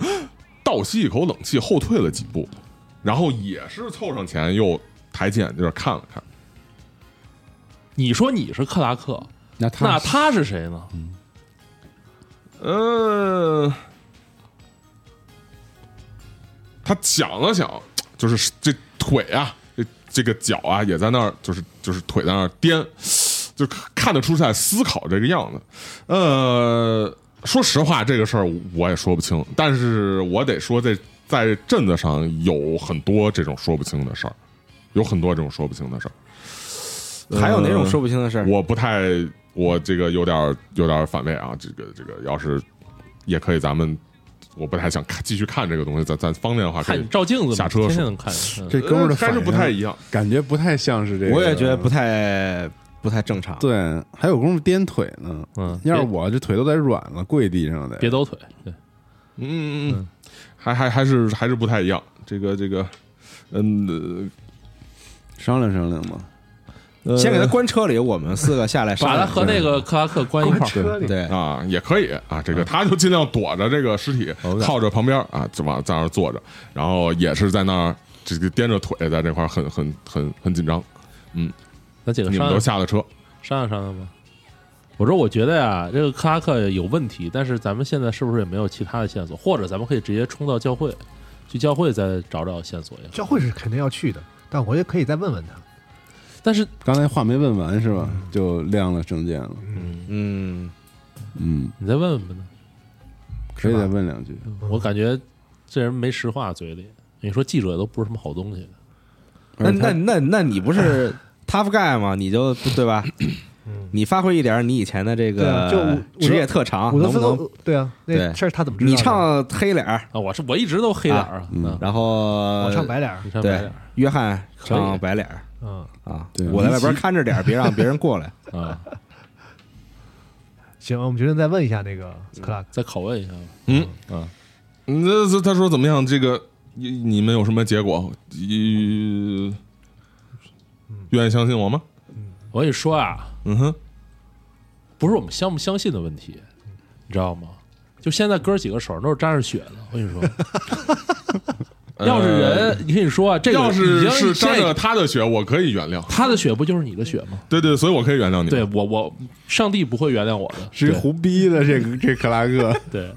Speaker 2: 倒吸一口冷气，后退了几步，然后也是凑上前，又抬起眼就是看了看。
Speaker 6: 你说你是克拉克，
Speaker 3: 那他
Speaker 6: 那他是谁呢？
Speaker 2: 嗯、他想了想，就是这腿啊，这这个脚啊，也在那儿，就是就是腿在那儿颠，就看得出在思考这个样子。呃，说实话，这个事儿我也说不清，但是我得说这，在镇子上有很多这种说不清的事儿，有很多这种说不清的事儿。
Speaker 5: 还有哪种
Speaker 2: 呃
Speaker 5: 说不清的事儿？
Speaker 2: 我不太，我这个有点儿有点儿反胃啊。这个这个，要是也可以，咱们我不太想看继续看这个东西。咱咱方便的话，可
Speaker 6: 看你
Speaker 2: 以
Speaker 6: 照镜子嘛，
Speaker 2: 下车的时候
Speaker 6: 天天能看见。嗯
Speaker 3: 这哥们儿的
Speaker 2: 呃还
Speaker 3: 反
Speaker 2: 是
Speaker 3: 应啊
Speaker 2: 不太一样。
Speaker 3: 感觉不太像是这个，
Speaker 5: 我也觉得不太不太正常。
Speaker 3: 对，还有功夫颠腿呢。
Speaker 6: 嗯，
Speaker 3: 要是
Speaker 6: 别
Speaker 3: 我这腿都得软了，跪地上得。
Speaker 6: 别抖腿，对，
Speaker 2: 嗯嗯嗯，还还还是还是不太一样。这个这个，嗯，
Speaker 3: 商量商量吧。
Speaker 2: 呃
Speaker 5: 先给他关车里，我们四个下来商
Speaker 6: 把他
Speaker 5: 量。
Speaker 6: 和那个克拉克关一块儿。
Speaker 5: 对，
Speaker 2: 啊，也可以啊。
Speaker 3: 嗯
Speaker 2: 这个他就尽量躲着这个尸体，靠着旁边啊，就往在那儿坐着，然后也是在那儿这个颠着腿，在这块儿很很很很紧张。
Speaker 6: 咱几个
Speaker 2: 你
Speaker 6: 商
Speaker 2: 们
Speaker 6: 量
Speaker 2: 都下了车，
Speaker 6: 商量商量吧。我说，我觉得呀、这个克拉克有问题，但是咱们现在是不是也没有其他的线索？或者咱们可以直接冲到教会，去教会再找找线索呀？
Speaker 7: 教会是肯定要去的，但我也可以再问问他。
Speaker 6: 但是
Speaker 3: 刚才话没问完是吧？就亮了证件了。
Speaker 5: 嗯，
Speaker 3: 嗯，
Speaker 6: 你再问问吧呢，
Speaker 3: 可以再问两句。
Speaker 6: 我感觉这人没实话嘴里。你说记者都不是什么好东西，
Speaker 5: 那那那那你不 是 tough guy 吗？你就不对吧？你发挥一点你以前的这
Speaker 7: 嗯对啊就
Speaker 5: 个
Speaker 7: 我
Speaker 5: 职业特长，
Speaker 7: 我
Speaker 5: 能不
Speaker 7: 都分
Speaker 5: 能？
Speaker 7: 都对啊，那
Speaker 5: 对
Speaker 7: 事儿他怎么知道？
Speaker 5: 你，唱黑脸儿，
Speaker 6: 啊，我是我一直都黑脸儿啊，嗯
Speaker 5: 然后
Speaker 7: 我唱白脸儿，
Speaker 6: 你看白
Speaker 5: 对
Speaker 6: 脸，
Speaker 5: 约翰
Speaker 6: 可以
Speaker 5: 唱白脸儿
Speaker 7: 嗯，
Speaker 5: 啊
Speaker 3: 对，
Speaker 5: 我在外边看着点儿，别让别人过来。
Speaker 6: 儿啊，
Speaker 7: 行，我们决定再问一下那个克拉克。
Speaker 6: 再拷问一下吧。
Speaker 2: 嗯
Speaker 6: 啊，
Speaker 2: 嗯，这这他说怎么样？这个你你们有什么结果？一愿意相信我吗？
Speaker 6: 我跟你说啊，
Speaker 2: 嗯哼，
Speaker 6: 不是我们相不相信的问题，你知道吗？就现在哥几个手上都是沾着血的，我跟 你说，要是人，你跟你说啊，这个
Speaker 2: 要
Speaker 6: 已
Speaker 2: 是
Speaker 6: 经
Speaker 2: 是沾
Speaker 6: 现在
Speaker 2: 着他的血，我可以原谅。
Speaker 6: 他的血不就是你的血吗？
Speaker 2: 对 对，所以我可以原谅你。
Speaker 6: 对，我，我上帝不会原谅我 的。
Speaker 3: 是一胡逼的这个这克拉克
Speaker 6: 对，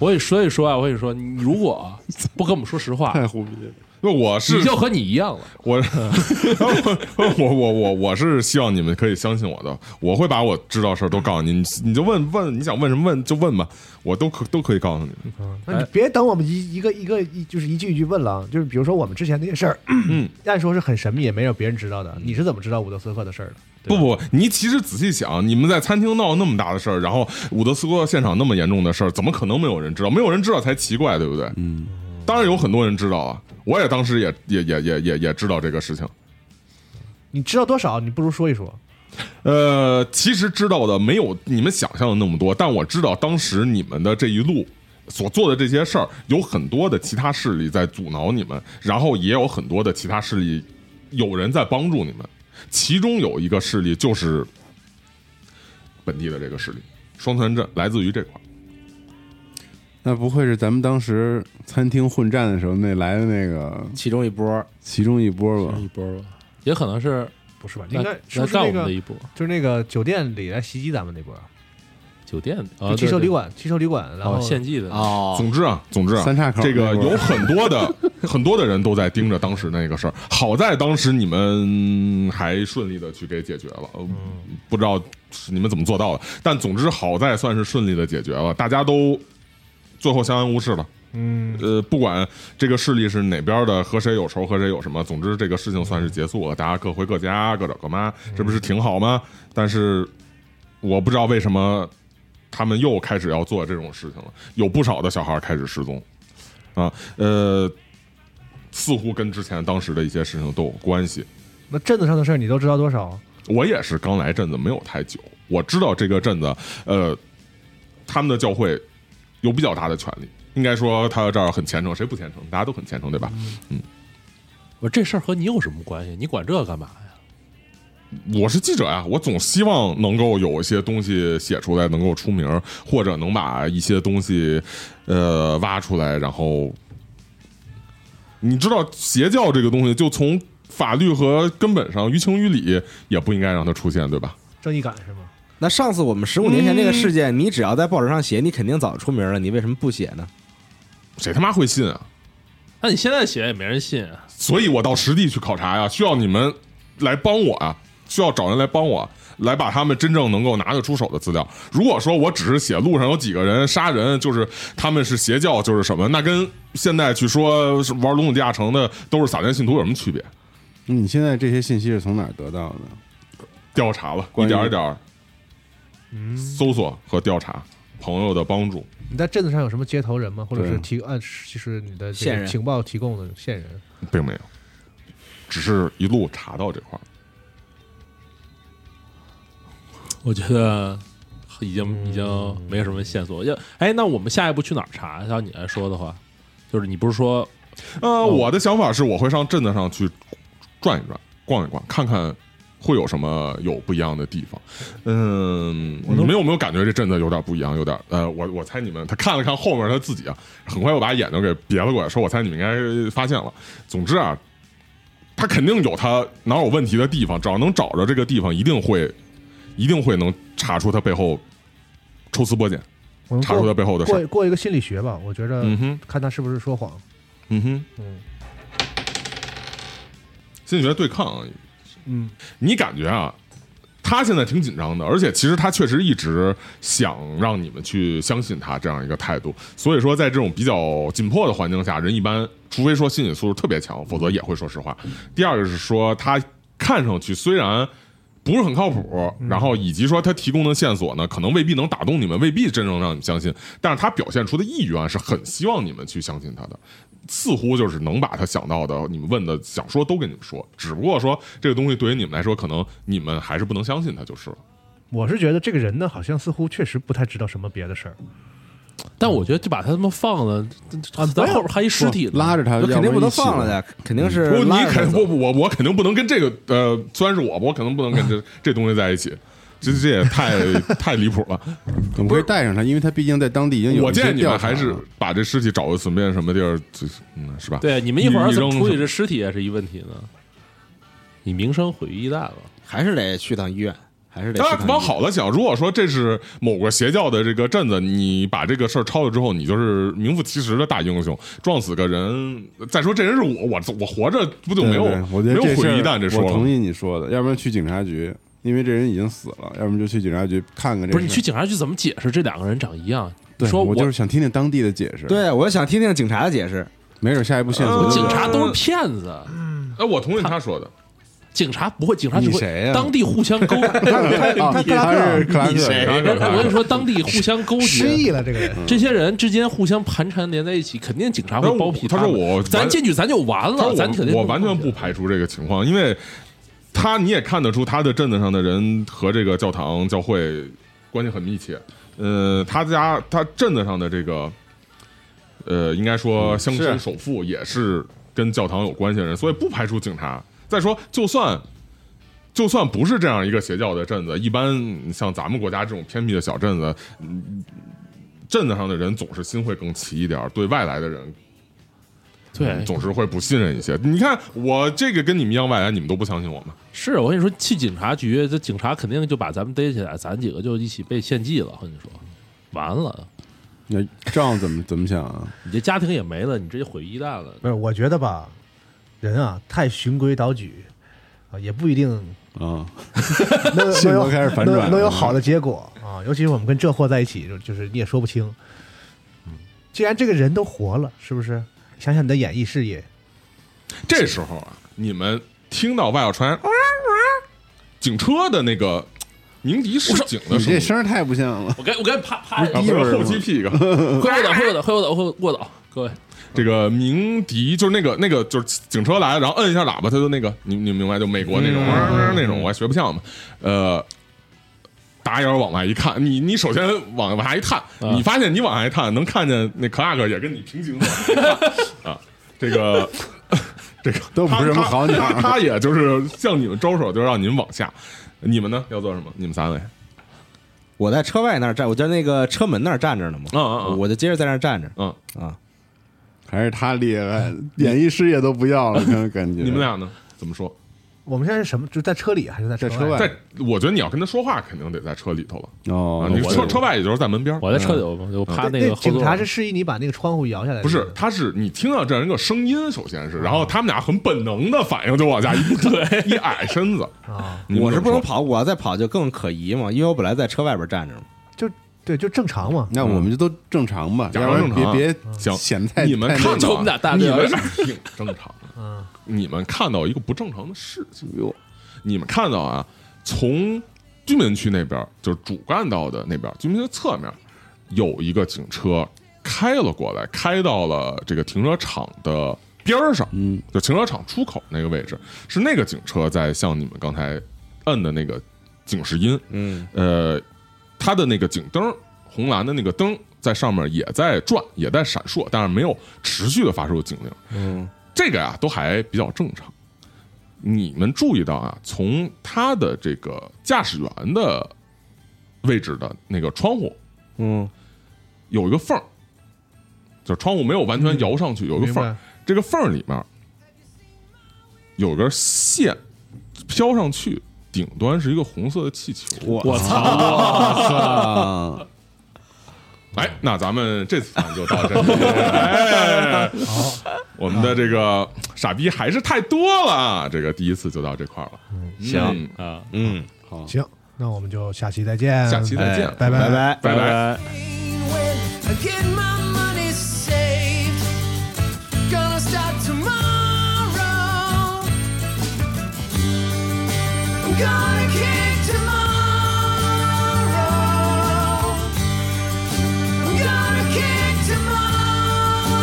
Speaker 6: 我也所以说啊，我跟你说，你如果不跟我们说实话，
Speaker 3: 太胡逼了。
Speaker 2: 那我 是
Speaker 6: 你就和你一样了。
Speaker 2: 我 我我我我我是希望你们可以相信我的，我会把我知道的事儿都告诉你。你你就问问你想问什么问就问吧，我都可都可以告诉你。
Speaker 7: 那你别等我们一一个一个一就是一句一句问了啊，就是比如说我们之前那些事儿，按说是很神秘，也没有别人知道的。你是怎么知道伍德斯克的事儿的？
Speaker 2: 不不，你其实仔细想，你们在餐厅闹那么大的事儿，然后伍德斯托现场那么严重的事儿，怎么可能没有人知道？没有人知道才奇怪，对不对？嗯，当然有很多人知道啊，我也当时也也也也也也知道这个事情。
Speaker 7: 你知道多少？你不如说一说。
Speaker 2: 呃，其实知道的没有你们想象的那么多，但我知道当时你们的这一路所做的这些事儿，有很多的其他势力在阻挠你们，然后也有很多的其他势力有人在帮助你们。其中有一个势力就是本地的这个势力，双团镇来自于这块儿。
Speaker 3: 那不会是咱们当时餐厅混战的时候那来的那个
Speaker 5: 其中一波
Speaker 3: 其中一波吧
Speaker 6: 一？波吧，也可能是
Speaker 7: 不是吧？
Speaker 6: 来
Speaker 7: 应该是
Speaker 6: 来
Speaker 7: 不是
Speaker 6: 干我
Speaker 7: 那
Speaker 6: 们
Speaker 7: 个
Speaker 6: 的一波。
Speaker 7: 就是那个酒店里来袭击咱们那波，
Speaker 6: 酒店
Speaker 7: 就
Speaker 6: 啊，
Speaker 7: 汽车
Speaker 6: 对
Speaker 7: 旅，馆，汽车旅馆，
Speaker 6: 对
Speaker 7: 然
Speaker 6: 哦，
Speaker 7: 后
Speaker 6: 献祭的，
Speaker 5: 哦，
Speaker 2: 总之啊，总之啊，
Speaker 3: 三岔口
Speaker 2: 这个
Speaker 3: 那会儿
Speaker 2: 有很多的 很多的人都在盯着当时那个事儿。好在当时你们还顺利的去给解决了，呃不知道是你们怎么做到的，但总之好在算是顺利的解决了，大家都最后相安无事了。
Speaker 7: 嗯，
Speaker 2: 呃，不管这个势力是哪边的，和谁有仇，和谁有什么，总之这个事情算是结束了，大家各回各家，各找各妈，这不是挺好吗？但是我不知道为什么他们又开始要做这种事情了，有不少的小孩开始失踪啊，呃，似乎跟之前当时的一些事情都有关系。
Speaker 7: 那镇子上的事儿你都知道多少？
Speaker 2: 我也是刚来镇子没有太久，我知道这个镇子，呃，他们的教会有比较大的权利。应该说他这儿很虔诚，谁不虔诚？大家都很虔诚，对吧？
Speaker 6: 我说这事儿和你有什么关系？你管这干嘛呀？
Speaker 2: 我是记者呀、我总希望能够有一些东西写出来，能够出名，或者能把一些东西，呃，挖出来，然后，嗯你知道邪教这个东西，就从法律和根本上，于情于理也不应该让它出现，对吧？
Speaker 7: 正义感是吗？
Speaker 5: 那上次我们十五年前那个事件，你只要在报纸上写，你肯定早出名了，你为什么不写
Speaker 2: 啊
Speaker 5: 呢？
Speaker 2: 谁他妈会信啊？
Speaker 6: 那你现在写也没人信啊。
Speaker 2: 所以我到实地去考察呀，需要你们来帮我啊，需要找人来帮我，来把他们真正能够拿得出手的资料。如果说我只是写路上有几个人杀人，就是他们是邪教，就是什么，那跟现在去说是玩《龙与地下城》的都是撒旦信徒有什么区别？
Speaker 3: 你现在这些信息是从哪儿得到的？
Speaker 2: 调查了，一
Speaker 3: 关于
Speaker 2: 点一点儿，搜索和调查，朋友的帮助。
Speaker 7: 你在镇子上有什么接头人吗？或者
Speaker 3: 对
Speaker 7: 是提按就是你的这
Speaker 5: 线人
Speaker 7: 个情报提供的线人？
Speaker 2: 并没有，只是一路查到这块儿。
Speaker 6: 我觉得已经已经没什么线索。要哎，那我们下一步去哪儿查？像你来说的话，就是你不是说
Speaker 2: 呃，我的想法是我会上镇子上去转一转、逛一逛，看看会有什么有不一样的地方。嗯，你们有没有感觉这镇子有点不一样？有点呃，我我猜你们他看了看后面他自己啊，很快又把眼睛给别了过来，说我猜你们应该发现了。总之啊，他肯定有他哪有问题的地方，只要能找着这个地方，一定会一定会能查出他背后抽丝剥茧，
Speaker 7: 我们
Speaker 2: 查出他
Speaker 7: 过
Speaker 2: 背后的事儿
Speaker 7: 过。过一个心理学吧，我觉得
Speaker 2: 嗯哼，
Speaker 7: 看他是不是说谎。
Speaker 2: 嗯哼，
Speaker 7: 嗯
Speaker 2: 心理学对抗啊，
Speaker 7: 嗯，
Speaker 2: 你感觉啊，他现在挺紧张的，而且其实他确实一直想让你们去相信他这样一个态度。所以说，在这种比较紧迫的环境下，人一般除非说心理素质特别强，否则也会说实话。第二个是说，他看上去虽然。不是很靠谱，
Speaker 7: 嗯
Speaker 2: 然后以及说他提供的线索呢，可能未必能打动你们，未必真正让你们相信，但是他表现出的意愿是很希望你们去相信他的，似乎就是能把他想到的、你们问的、想说都跟你们说，只不过说这个东西对于你们来说，可能你们还是不能相信他就是了。
Speaker 7: 我是觉得这个人呢，好像似乎确实不太知道什么别的事儿。
Speaker 6: 但我觉得就把他他妈放了，咱后边还一尸体呢
Speaker 3: 拉着他，
Speaker 5: 那肯定不能放了
Speaker 3: 呀。
Speaker 5: 的，肯定是
Speaker 2: 嗯不，你
Speaker 5: 拉着他
Speaker 2: 肯
Speaker 5: 走
Speaker 2: 不不我我肯定不能跟这个呃，虽然是我吧，我可能不能跟这这东西在一起，这这也太 太离谱了。
Speaker 3: 我们可以带上他，因为他毕竟在当地已经有
Speaker 2: 我
Speaker 3: 一些
Speaker 2: 建议你
Speaker 3: 调
Speaker 2: 们
Speaker 3: 查啊
Speaker 2: 还是
Speaker 3: 了
Speaker 2: 把这尸体找个随便什么地儿，这嗯，是吧？
Speaker 6: 对，你们一会儿
Speaker 2: 一
Speaker 6: 怎
Speaker 2: 扔
Speaker 6: 么处理这尸体也是一问题呢？你名声毁于一旦了。
Speaker 5: 还是得去趟医院，还是得去
Speaker 2: 那
Speaker 5: 趟医
Speaker 2: 往
Speaker 5: 院
Speaker 2: 好了想，如果说这是某个邪教的这个镇子，你把这个事儿抄了之后，你就是名副其实的大英雄，撞死个人。再说这人是我，我我活着不就
Speaker 3: 对
Speaker 2: 没有
Speaker 3: 对我觉
Speaker 2: 没
Speaker 3: 得
Speaker 2: 有
Speaker 3: 这事
Speaker 2: 毁
Speaker 3: 儿
Speaker 2: 一旦这说
Speaker 3: 我同
Speaker 2: 了？
Speaker 3: 意你说的，要不然去警察局，因为这人已经死了，要么就去警察局看看这事儿。
Speaker 6: 不是你去警察局怎么解释这两个人长一样？
Speaker 3: 对
Speaker 6: 说
Speaker 3: 我
Speaker 6: 我
Speaker 3: 就是想听听当地的解释。，
Speaker 5: 对，我想听听警察的解释。
Speaker 3: 没准下一步线索
Speaker 2: 呃
Speaker 3: 就啊
Speaker 6: 警
Speaker 3: 有
Speaker 6: 察都是骗子，
Speaker 2: 哎，我同意他说的，
Speaker 6: 警察不会，警察只
Speaker 3: 你
Speaker 6: 会
Speaker 3: 谁呀
Speaker 6: 当地互相勾。
Speaker 3: 啊他
Speaker 7: 他
Speaker 3: 是克拉克，
Speaker 6: 哎我跟你说，当地互相勾
Speaker 7: 失
Speaker 6: 结，
Speaker 7: 忆了，这个人。
Speaker 6: 这些人之间互相盘缠连在一起，肯定警察会包庇
Speaker 2: 他
Speaker 6: 们
Speaker 2: 说我
Speaker 6: 咱进去咱就完
Speaker 2: 但
Speaker 6: 了，
Speaker 2: 是
Speaker 6: 咱肯定
Speaker 2: 我我完全不排除这个情况，因为他你也看得出他的镇子上的人和这个教堂教会关系很密切。呃，他家他镇子上的这个呃，应该说乡村首富也是跟教堂有关系的人，所以不排除警察。再说，就算就算不是这样一个邪教的镇子，一般像咱们国家这种偏僻的小镇子，嗯，镇子上的人总是心会更齐一点儿，对外来的人
Speaker 6: 对，
Speaker 2: 总是会不信任一些。你看我这个跟你们一样外来，你们都不相信我们，
Speaker 6: 是我跟你说，去警察局，这警察肯定就把咱们逮起来，咱几个就一起被献祭了。我跟你说，完了，
Speaker 3: 那仗怎么怎么想啊？
Speaker 6: 你这家庭也没了，你直接毁于一旦了。
Speaker 7: 不是，我觉得吧，人啊太循规蹈矩啊，也不一定
Speaker 3: 啊，
Speaker 7: 能
Speaker 3: 性
Speaker 7: 能
Speaker 3: 格
Speaker 7: 有
Speaker 3: 开始反转嗯
Speaker 7: 能
Speaker 3: 了
Speaker 7: 能有好的结果啊。尤其是我们跟这货在一起，就就是你也说不清。嗯既然这个人都活了，是不是？想想你的演艺事业，
Speaker 2: 这时候啊，你们听到外头传 警车的那个鸣笛示警的
Speaker 3: 你
Speaker 2: 声
Speaker 3: 这
Speaker 2: 音，
Speaker 3: 声儿太不像了。
Speaker 6: 我该我该啪啪，
Speaker 2: 啊，
Speaker 3: 低
Speaker 2: 不
Speaker 3: 了
Speaker 2: 是
Speaker 3: 是
Speaker 2: 后
Speaker 3: 吗
Speaker 2: 期 P 一个，
Speaker 6: 快卧倒，快卧倒，快卧倒，快卧倒，各位，
Speaker 2: 这个鸣笛就是那个那个就是警车来了，然后摁一下喇叭，他就那个你你明白就美国那种、
Speaker 3: 嗯
Speaker 2: 啊那种，我还学不像嘛，呃。打眼儿往外一看，你你首先往往下一探，
Speaker 6: 啊
Speaker 2: 你发现你往下一探能看见那克拉克也跟你平 行的啊，这个这个
Speaker 3: 都不是什么好鸟
Speaker 2: 他他他也就是向你们招手，就让你们往下。你们呢要做什么？你们三位，
Speaker 5: 我在车外那儿站，我在那个车门那儿站着呢嘛，
Speaker 2: 嗯嗯嗯
Speaker 5: 我就接着在那儿站着
Speaker 2: 嗯，
Speaker 5: 啊。
Speaker 3: 还是他厉害，演艺事业都不要了，感感觉
Speaker 2: 你们俩呢？怎么说？
Speaker 7: 我们现在是什么？就在车里还是在车
Speaker 3: 在车外
Speaker 2: 在我觉得你要跟他说话，肯定得在车里头了。
Speaker 3: 哦
Speaker 2: 啊，，你
Speaker 3: 我
Speaker 2: 车车外也就是在门边儿，
Speaker 6: 我在车里，我我趴
Speaker 7: 那
Speaker 6: 那个后
Speaker 7: 警
Speaker 6: 座
Speaker 7: 察是示意你把那个窗户摇下来的，
Speaker 2: 不
Speaker 5: 哎
Speaker 2: 是，他是你听到这样一个声音，首先
Speaker 5: 啊
Speaker 2: 是，然后他们俩很本能的反应就往下一对一矮身子，
Speaker 7: 啊？
Speaker 2: 你们
Speaker 5: 我是
Speaker 2: 怎么
Speaker 5: 不
Speaker 2: 说
Speaker 5: 能跑，我要再跑就更可疑嘛，因为我本来在车外边站着嘛。
Speaker 7: 对，就正常嘛。
Speaker 3: 那我们就都正常吧，
Speaker 2: 假
Speaker 3: 要
Speaker 2: 装
Speaker 3: 不然
Speaker 2: 正常啊
Speaker 3: 别
Speaker 2: 行
Speaker 3: 别显得太
Speaker 2: 你们
Speaker 3: 太那
Speaker 2: 看
Speaker 6: 就
Speaker 2: 到
Speaker 6: 我们俩大
Speaker 2: 你
Speaker 6: 队
Speaker 2: 们是挺正常的，
Speaker 7: 嗯，
Speaker 2: 你们看到一个不正常的事情，你们看到啊，从居民区那边儿就是主干道的那边儿，居民区侧面有一个警车开了过来，开到了这个停车场的边儿上，嗯，就停车场出口那个位置，是那个警车在向你们刚才摁的那个警示音，
Speaker 5: 嗯，
Speaker 2: 呃，它的那个警灯，红蓝的那个灯在上面也在转，也在闪烁，但是没有持续的发出警铃。嗯，这个呀、都还比较正常。你们注意到啊，从它的这个驾驶员的位置的那个窗户，
Speaker 5: 嗯，
Speaker 2: 有一个缝儿，就是窗户没有完全摇上去，有一个
Speaker 7: 明
Speaker 2: 缝
Speaker 7: 白
Speaker 2: 儿。这个缝儿里面有根线飘上去，顶端是一个红色的气球。
Speaker 5: 我
Speaker 2: 啊
Speaker 5: 操！
Speaker 2: 哎，那咱们这次咱就到这里。哎，我们的这个傻逼还是太多了啊，这个第一次就到这块儿了。嗯，
Speaker 6: 啊，
Speaker 5: 嗯，
Speaker 7: 行，那我们就下期再见，
Speaker 2: 下期再见，
Speaker 7: 拜拜
Speaker 5: 拜拜。
Speaker 2: 拜拜。
Speaker 8: When I get my money saved, gonna start tomorrow. I'm gonna kick tomorrow. I'm gonna kick tomorrow.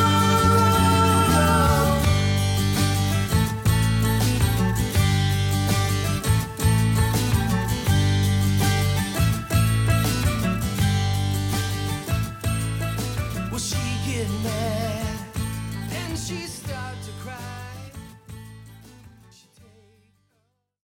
Speaker 8: Will she get mad?